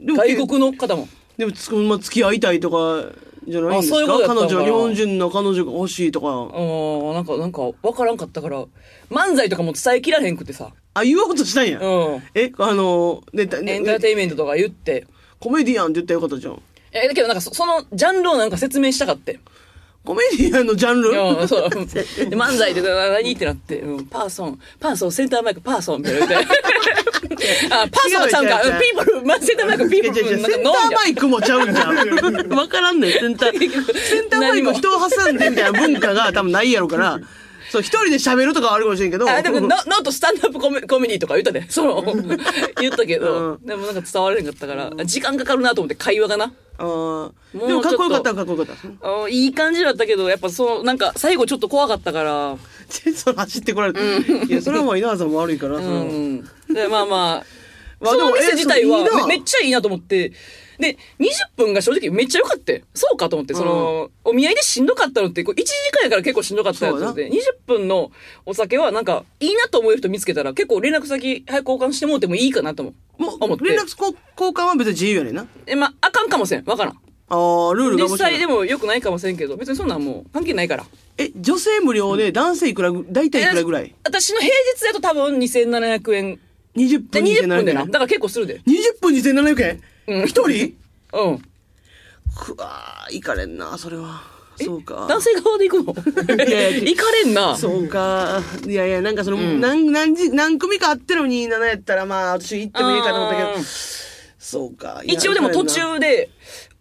[SPEAKER 2] でも
[SPEAKER 1] 外国の方も。
[SPEAKER 2] でもつ、まあ、付き合いたいとかじゃないんです
[SPEAKER 1] あ
[SPEAKER 2] か
[SPEAKER 1] そういうことやったの
[SPEAKER 2] 彼
[SPEAKER 1] かな
[SPEAKER 2] 女は日本人の彼女が欲しいとか。
[SPEAKER 1] あーなんか、なんか、わからんかったから、漫才とかも伝えきらへんくてさ。
[SPEAKER 2] あ、言おうとしたんや。
[SPEAKER 1] うん。
[SPEAKER 2] え、あの、ね、た
[SPEAKER 1] エンター
[SPEAKER 2] ね
[SPEAKER 1] テインメントとか言って。
[SPEAKER 2] コメディアンって言ったらよかったじゃん。
[SPEAKER 1] え、だけどなんかそ、そのジャンルをなんか説明したかって。
[SPEAKER 2] コメディアンのジャンル
[SPEAKER 1] うん、そう。で漫才でな何ってなって、うん、パーソン、パーソン、センターマイク、パーソンみたいな 言って。あ、パーソンはちゃうか。
[SPEAKER 2] 違う違う違う
[SPEAKER 1] うんピープル、まセンターマイク、ピ
[SPEAKER 2] い
[SPEAKER 1] ー
[SPEAKER 2] や
[SPEAKER 1] プ
[SPEAKER 2] 違う違
[SPEAKER 1] ル、
[SPEAKER 2] う
[SPEAKER 1] なんか
[SPEAKER 2] セン
[SPEAKER 1] 飲ん
[SPEAKER 2] ター
[SPEAKER 1] じゃ
[SPEAKER 2] マイクもちゃうんじゃん。わからんねん、センター。
[SPEAKER 1] う。セン
[SPEAKER 2] センターマイク人を挟んでみたいな文化が多分ないやろから、そう、一人で喋るとかはあるかもしれんけど。
[SPEAKER 1] あ、でも、ノノートスタンドアップコメコメディとか言ったね。その、言ったけど、でもなんか伝われなかったから、時間かかるなと思って会話がな。
[SPEAKER 2] あー
[SPEAKER 1] もう
[SPEAKER 2] でもかっこよかった
[SPEAKER 1] ち
[SPEAKER 2] かっこよかった。
[SPEAKER 1] あいい感じだったけど、やっぱその、なんか最後ちょっと怖かったから、
[SPEAKER 2] チェンソー走ってこられて。いや、それはもう稲葉さんも悪いから、それは
[SPEAKER 1] うん。で、まあま あ、
[SPEAKER 2] まあ
[SPEAKER 1] そ
[SPEAKER 2] で
[SPEAKER 1] の
[SPEAKER 2] もえ
[SPEAKER 1] 店自体
[SPEAKER 2] それいいな
[SPEAKER 1] はめめっちゃいいなと思って、で、20分が正直めっちゃ良かったよそうかと思って、その、お見合いでしんどかったのって、こう1時間やから結構しんどかったやつで、20分のお酒はなんか、いいなと思える人見つけたら、結構連絡先早く交換してもうてもいいかなと思
[SPEAKER 2] も
[SPEAKER 1] 思っ
[SPEAKER 2] う、
[SPEAKER 1] て
[SPEAKER 2] 連絡交交換は別に自由やねんな。
[SPEAKER 1] え、まあ、あかんかもせん。わからん。
[SPEAKER 2] あー、ルールが
[SPEAKER 1] 実
[SPEAKER 2] 面白い
[SPEAKER 1] 際でも良くないかもせんけど、別にそんなんもう関係ないから。
[SPEAKER 2] え、女性無料で男性いくらぐ、大体いくらぐらい
[SPEAKER 1] え私の平日だと多分2700円。
[SPEAKER 2] ?20
[SPEAKER 1] で、
[SPEAKER 2] 分
[SPEAKER 1] 20分でな。
[SPEAKER 2] 2700
[SPEAKER 1] だ
[SPEAKER 2] 円。
[SPEAKER 1] から結構するで。
[SPEAKER 2] 20分2700円
[SPEAKER 1] うん
[SPEAKER 2] 一人
[SPEAKER 1] うん。
[SPEAKER 2] くわー、いかれんな、それは。そうか。
[SPEAKER 1] 男性側で行くの
[SPEAKER 2] い やいや
[SPEAKER 1] 行かれんな。
[SPEAKER 2] そうか。いやいや、なんかその、何、何時、何組かあってのに7やったら、まあ、私行ってもいいかと思ったけ
[SPEAKER 1] あ
[SPEAKER 2] ど
[SPEAKER 1] ー、
[SPEAKER 2] そうか。いや
[SPEAKER 1] 一応でも途。中で、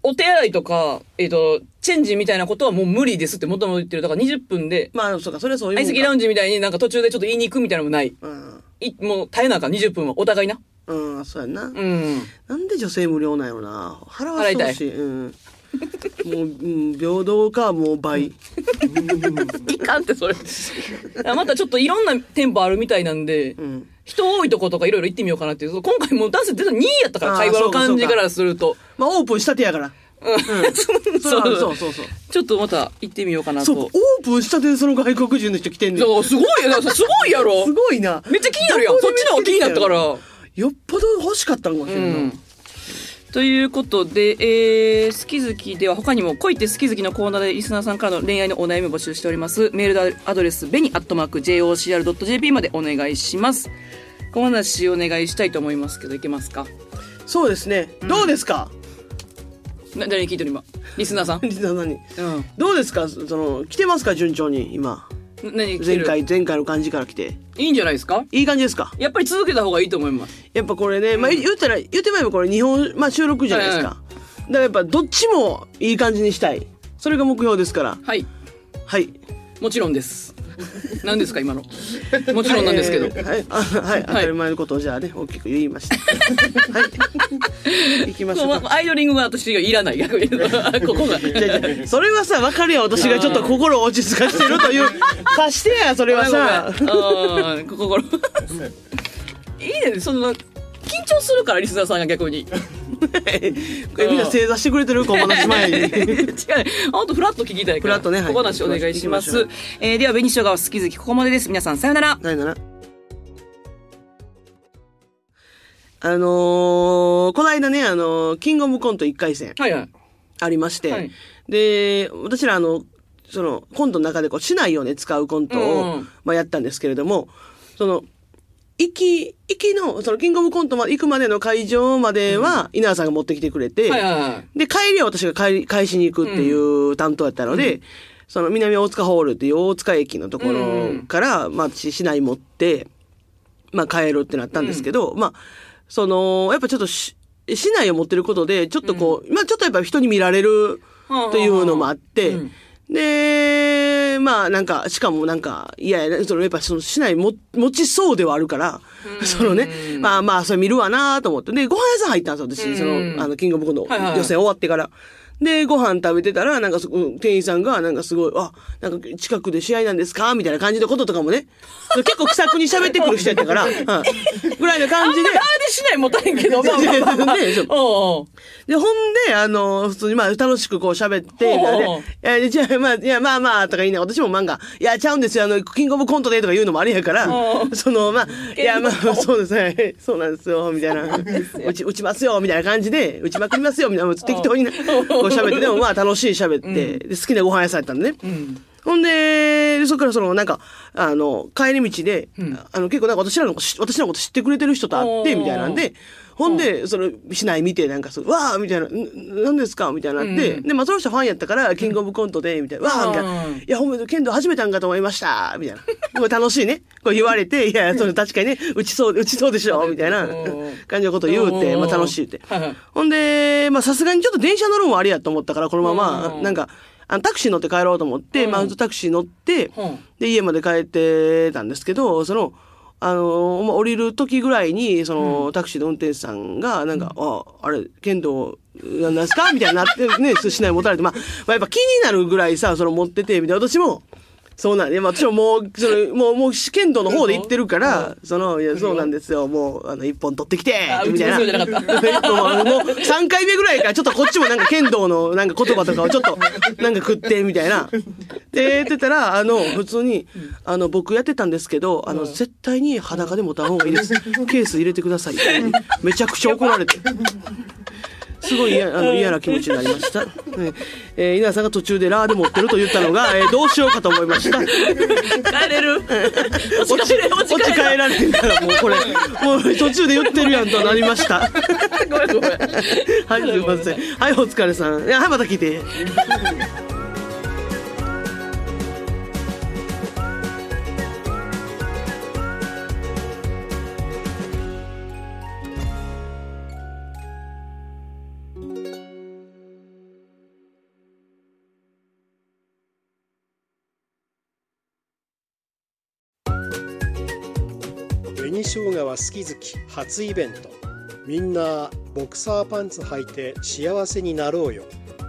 [SPEAKER 1] お手洗いとか、えっ、と、チェンジみたいなことはもう無理ですって元々言ってる。だから20分で、
[SPEAKER 2] まあ、そうか、それはそういうもん
[SPEAKER 1] 相
[SPEAKER 2] か。
[SPEAKER 1] 席ラウンジみたいになんか途中でちょっと言いに行くみたいなのもない。いもう耐えなあかん、20分は。お互いな。
[SPEAKER 2] うん。うん、そうやんな。
[SPEAKER 1] うん。
[SPEAKER 2] なんで女性無料なんやろな。払わせてほしい。うん。もう、うん、平等か、もう倍。
[SPEAKER 1] いかんってそれ。あまたちょっといろんな店舗あるみたいなんで、
[SPEAKER 2] ん
[SPEAKER 1] 人多いとことかいろいろ行ってみようかなっていう。そう今回もうダンス出た2位やったから、
[SPEAKER 2] あー
[SPEAKER 1] 会話の感じ
[SPEAKER 2] そうかそうか
[SPEAKER 1] からすると。
[SPEAKER 2] まあ、オープンしたてやから。
[SPEAKER 1] うん
[SPEAKER 2] そ
[SPEAKER 1] そうう
[SPEAKER 2] そうそうそう。
[SPEAKER 1] ちょっとまた行ってみようかな
[SPEAKER 2] そ
[SPEAKER 1] と。
[SPEAKER 2] う、オープンしたてでその外国人の人来てんねん。
[SPEAKER 1] いやすごいよ。すごいやろ。
[SPEAKER 2] すごいな。
[SPEAKER 1] めっちゃ気になるやん。
[SPEAKER 2] ど
[SPEAKER 1] そ
[SPEAKER 2] こ
[SPEAKER 1] っ
[SPEAKER 2] で
[SPEAKER 1] ちの方が気になったから。う
[SPEAKER 2] よっぽど欲しかったんかもしれんな。
[SPEAKER 1] ん。ということで、えー、好き好きでは他にも恋って好き好きのコーナーでリスナーさんからの恋愛のお悩みを募集しております。メールアドレス、ベニアットマーク JOCR.jp までお願いします。この話お願いしたいと思いますけど、いけますか
[SPEAKER 2] そうですね。どうですか
[SPEAKER 1] な誰に聞いてる今。リスナーさん。
[SPEAKER 2] リナ何
[SPEAKER 1] うん。
[SPEAKER 2] どうですかその、来てますか順調に、今。
[SPEAKER 1] な何聞いて
[SPEAKER 2] 前
[SPEAKER 1] る
[SPEAKER 2] 回、前回の感じから来て。
[SPEAKER 1] いいんじゃないですか
[SPEAKER 2] いい感じですか
[SPEAKER 1] やっぱり続けた方がいいと思います。
[SPEAKER 2] やっぱこれね、まあ、言ったら、言ってみればこれ日本、まあ、収録じゃないですか。
[SPEAKER 1] は
[SPEAKER 2] だからやっぱどっちもいい感じにしたい。それが目標ですから。
[SPEAKER 1] はい。
[SPEAKER 2] はい。
[SPEAKER 1] もちろんです。何ですか今の。もちろんなんですけど。
[SPEAKER 2] えーはい、あはい、当たり前のことをじゃあね、大きく言いました。 はい。行きまし
[SPEAKER 1] そう
[SPEAKER 2] ょう
[SPEAKER 1] ま。アイドリングは私がいらない逆にここが
[SPEAKER 2] じゃあじゃあそれはさ、わかるよ。私がちょっと心を落ち着かせてるという。察してや、それ はさ。
[SPEAKER 1] うん心いいねその緊張するからリスナーさんが逆に 違う
[SPEAKER 2] えみんな正座してくれてる小話前に。
[SPEAKER 1] あとフラッと聞きたいから
[SPEAKER 2] フラッとねはい
[SPEAKER 1] 小話お願いしま
[SPEAKER 2] 行
[SPEAKER 1] す
[SPEAKER 2] きま
[SPEAKER 1] えーでは紅しょが好き好きここまでです皆さんさよなら
[SPEAKER 2] ないなら。あのーこの間ね、あのーキングオブコント1回戦
[SPEAKER 1] はいはい
[SPEAKER 2] ありまして、
[SPEAKER 1] はい
[SPEAKER 2] で、私らあの、その、コントの中でこう、竹刀をね、使うコントを、
[SPEAKER 1] うん
[SPEAKER 2] まあやったんですけれども、その、行き、行きの、その、キングオブコントまで行くまでの会場までは、稲田さんが持ってきてくれて、
[SPEAKER 1] はいはいはい
[SPEAKER 2] で、帰りは私が帰り返しに行くっていう担当やったので、その南大塚ホールっていう大塚駅のところから、まあ私市内持って、まあ帰るってなったんですけど、まあ、その、やっぱちょっとし市内を持ってることで、ちょっとこう、まあちょっとやっぱ人に見られるというのもあって、
[SPEAKER 1] うん
[SPEAKER 2] で、まあなんか、しかもなんか、いやいや、そのやっぱその市内も持ちそうではあるから、そのね、まあまあそれ見るわなと思って、で、ご飯屋さん入ったんですよ、私、そ
[SPEAKER 1] うん
[SPEAKER 2] の、あの、キングオブコント
[SPEAKER 1] はいはい
[SPEAKER 2] 予選終わってから。で、ご飯食べてたら、なんかそこ、店員さんが、なんかすごい、あ、なんか近くで試合なんですかみたいな感じのこととかもね。結構気さくに喋ってくる人やったから、うんぐらいの
[SPEAKER 1] あん
[SPEAKER 2] 感
[SPEAKER 1] ま
[SPEAKER 2] じ
[SPEAKER 1] り
[SPEAKER 2] で
[SPEAKER 1] あ。れし ないもたへんけどまあまあまあまあ
[SPEAKER 2] ねそう
[SPEAKER 1] おうおう
[SPEAKER 2] で、ほんで、あの、普通にまあ、楽しくこう喋っ
[SPEAKER 1] ほ
[SPEAKER 2] て、
[SPEAKER 1] う
[SPEAKER 2] み
[SPEAKER 1] ほう
[SPEAKER 2] たい
[SPEAKER 1] ほう
[SPEAKER 2] なね。いや、じゃあ、まあ、いや、まあまあ、とか言いながら、私も漫画、いや、ちゃうんですよ、あの、キングオブコントでとか言うのもあれやから
[SPEAKER 1] う、
[SPEAKER 2] その、まあ、いや、まあ、そうですね、 そうなんですよ、みたいな。打ち、打ちますよ、みたいな感じで、打ちまくりますよ、みたいな、適当にな、こう喋って、でもまあ、楽しい喋って、で好きなご飯屋さんやったんでね。
[SPEAKER 1] うん
[SPEAKER 2] ほんで、でそっからその、なんか、あの、帰り道で、あの、結構なんか私らのこと知、私らのこと知ってくれてる人と会って、
[SPEAKER 1] おー
[SPEAKER 2] みたいなんで、ほんで、その、市内見て、なんかそう、わーみたいな、んなんですかみたいなって、で、まあ、その人ファンやったから、キングオブコントで、みたいな、わーみたいな、
[SPEAKER 1] うん
[SPEAKER 2] いや、ほんま、剣道始めたんかと思いましたみたいな。これ楽しいね。こう言われ て、いや、その、確かにね、打ちそう、打ちそうでしょみたい
[SPEAKER 1] う
[SPEAKER 2] な
[SPEAKER 1] ん
[SPEAKER 2] 感じのこと言うて、
[SPEAKER 1] うん
[SPEAKER 2] まあ、楽しいって
[SPEAKER 1] はいはい。
[SPEAKER 2] ほんで、まあ、さすがにちょっと電車乗るのもありやと思ったから、このまま
[SPEAKER 1] う、ん
[SPEAKER 2] なんか、あのタクシー乗って帰ろうと思って、マウントタクシー乗って、
[SPEAKER 1] うん
[SPEAKER 2] で、家まで帰ってたんですけど、その、あのまあ、降りる時ぐらいに、その、タクシーの運転手さんが、なんか、あ、あれ、剣道、なんですかみたいになって、ね、 しない持たれて、まあ、まあ、やっぱ気になるぐらいさ、その持ってて、みたいな、私も、そうなんで、まあ、私ももう、その、もう、もう、剣道の方で行ってるから、その、いや、そうなんですよ、もう、あの、一本取ってきて
[SPEAKER 1] あ、
[SPEAKER 2] みたいな。
[SPEAKER 1] うちの娘じゃなかっ
[SPEAKER 2] 一本 もう、3回目ぐらいから、ちょっとこっちもなんか剣道の、なんか言葉とかをちょっと、なんか食って、みたいな。で、ってたら、あの、普通に、あの、僕やってたんですけど、あの、絶対に裸で持たん方がいいです。ケース入れてくださいって。めちゃくちゃ怒られて。すごい嫌あの嫌な気持ちになりました。ねえー、稲田さんが途中でラーで持ってると言ったのが、えーどうしようかと思いました。
[SPEAKER 1] 帰れる
[SPEAKER 2] 落
[SPEAKER 1] 落
[SPEAKER 2] ち
[SPEAKER 1] ち帰れ落ち帰れ
[SPEAKER 2] 帰られへんから、もうこれ、もう途中で言ってるやんとなりました。 は
[SPEAKER 1] ごめんごめん
[SPEAKER 2] い、すいません。はい、お疲れさん。いやはい、また聞いて。
[SPEAKER 3] 紅生姜は好き好き初イベントみんなボクサーパンツ履いて幸せになろうよ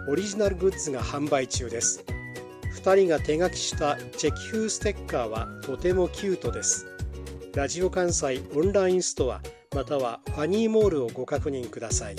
[SPEAKER 3] オリジナルグッズが販売中です2人が手書きしたチェキ風ステッカーはとてもキュートですラジオ関西オンラインストアまたはファニーモールをご確認ください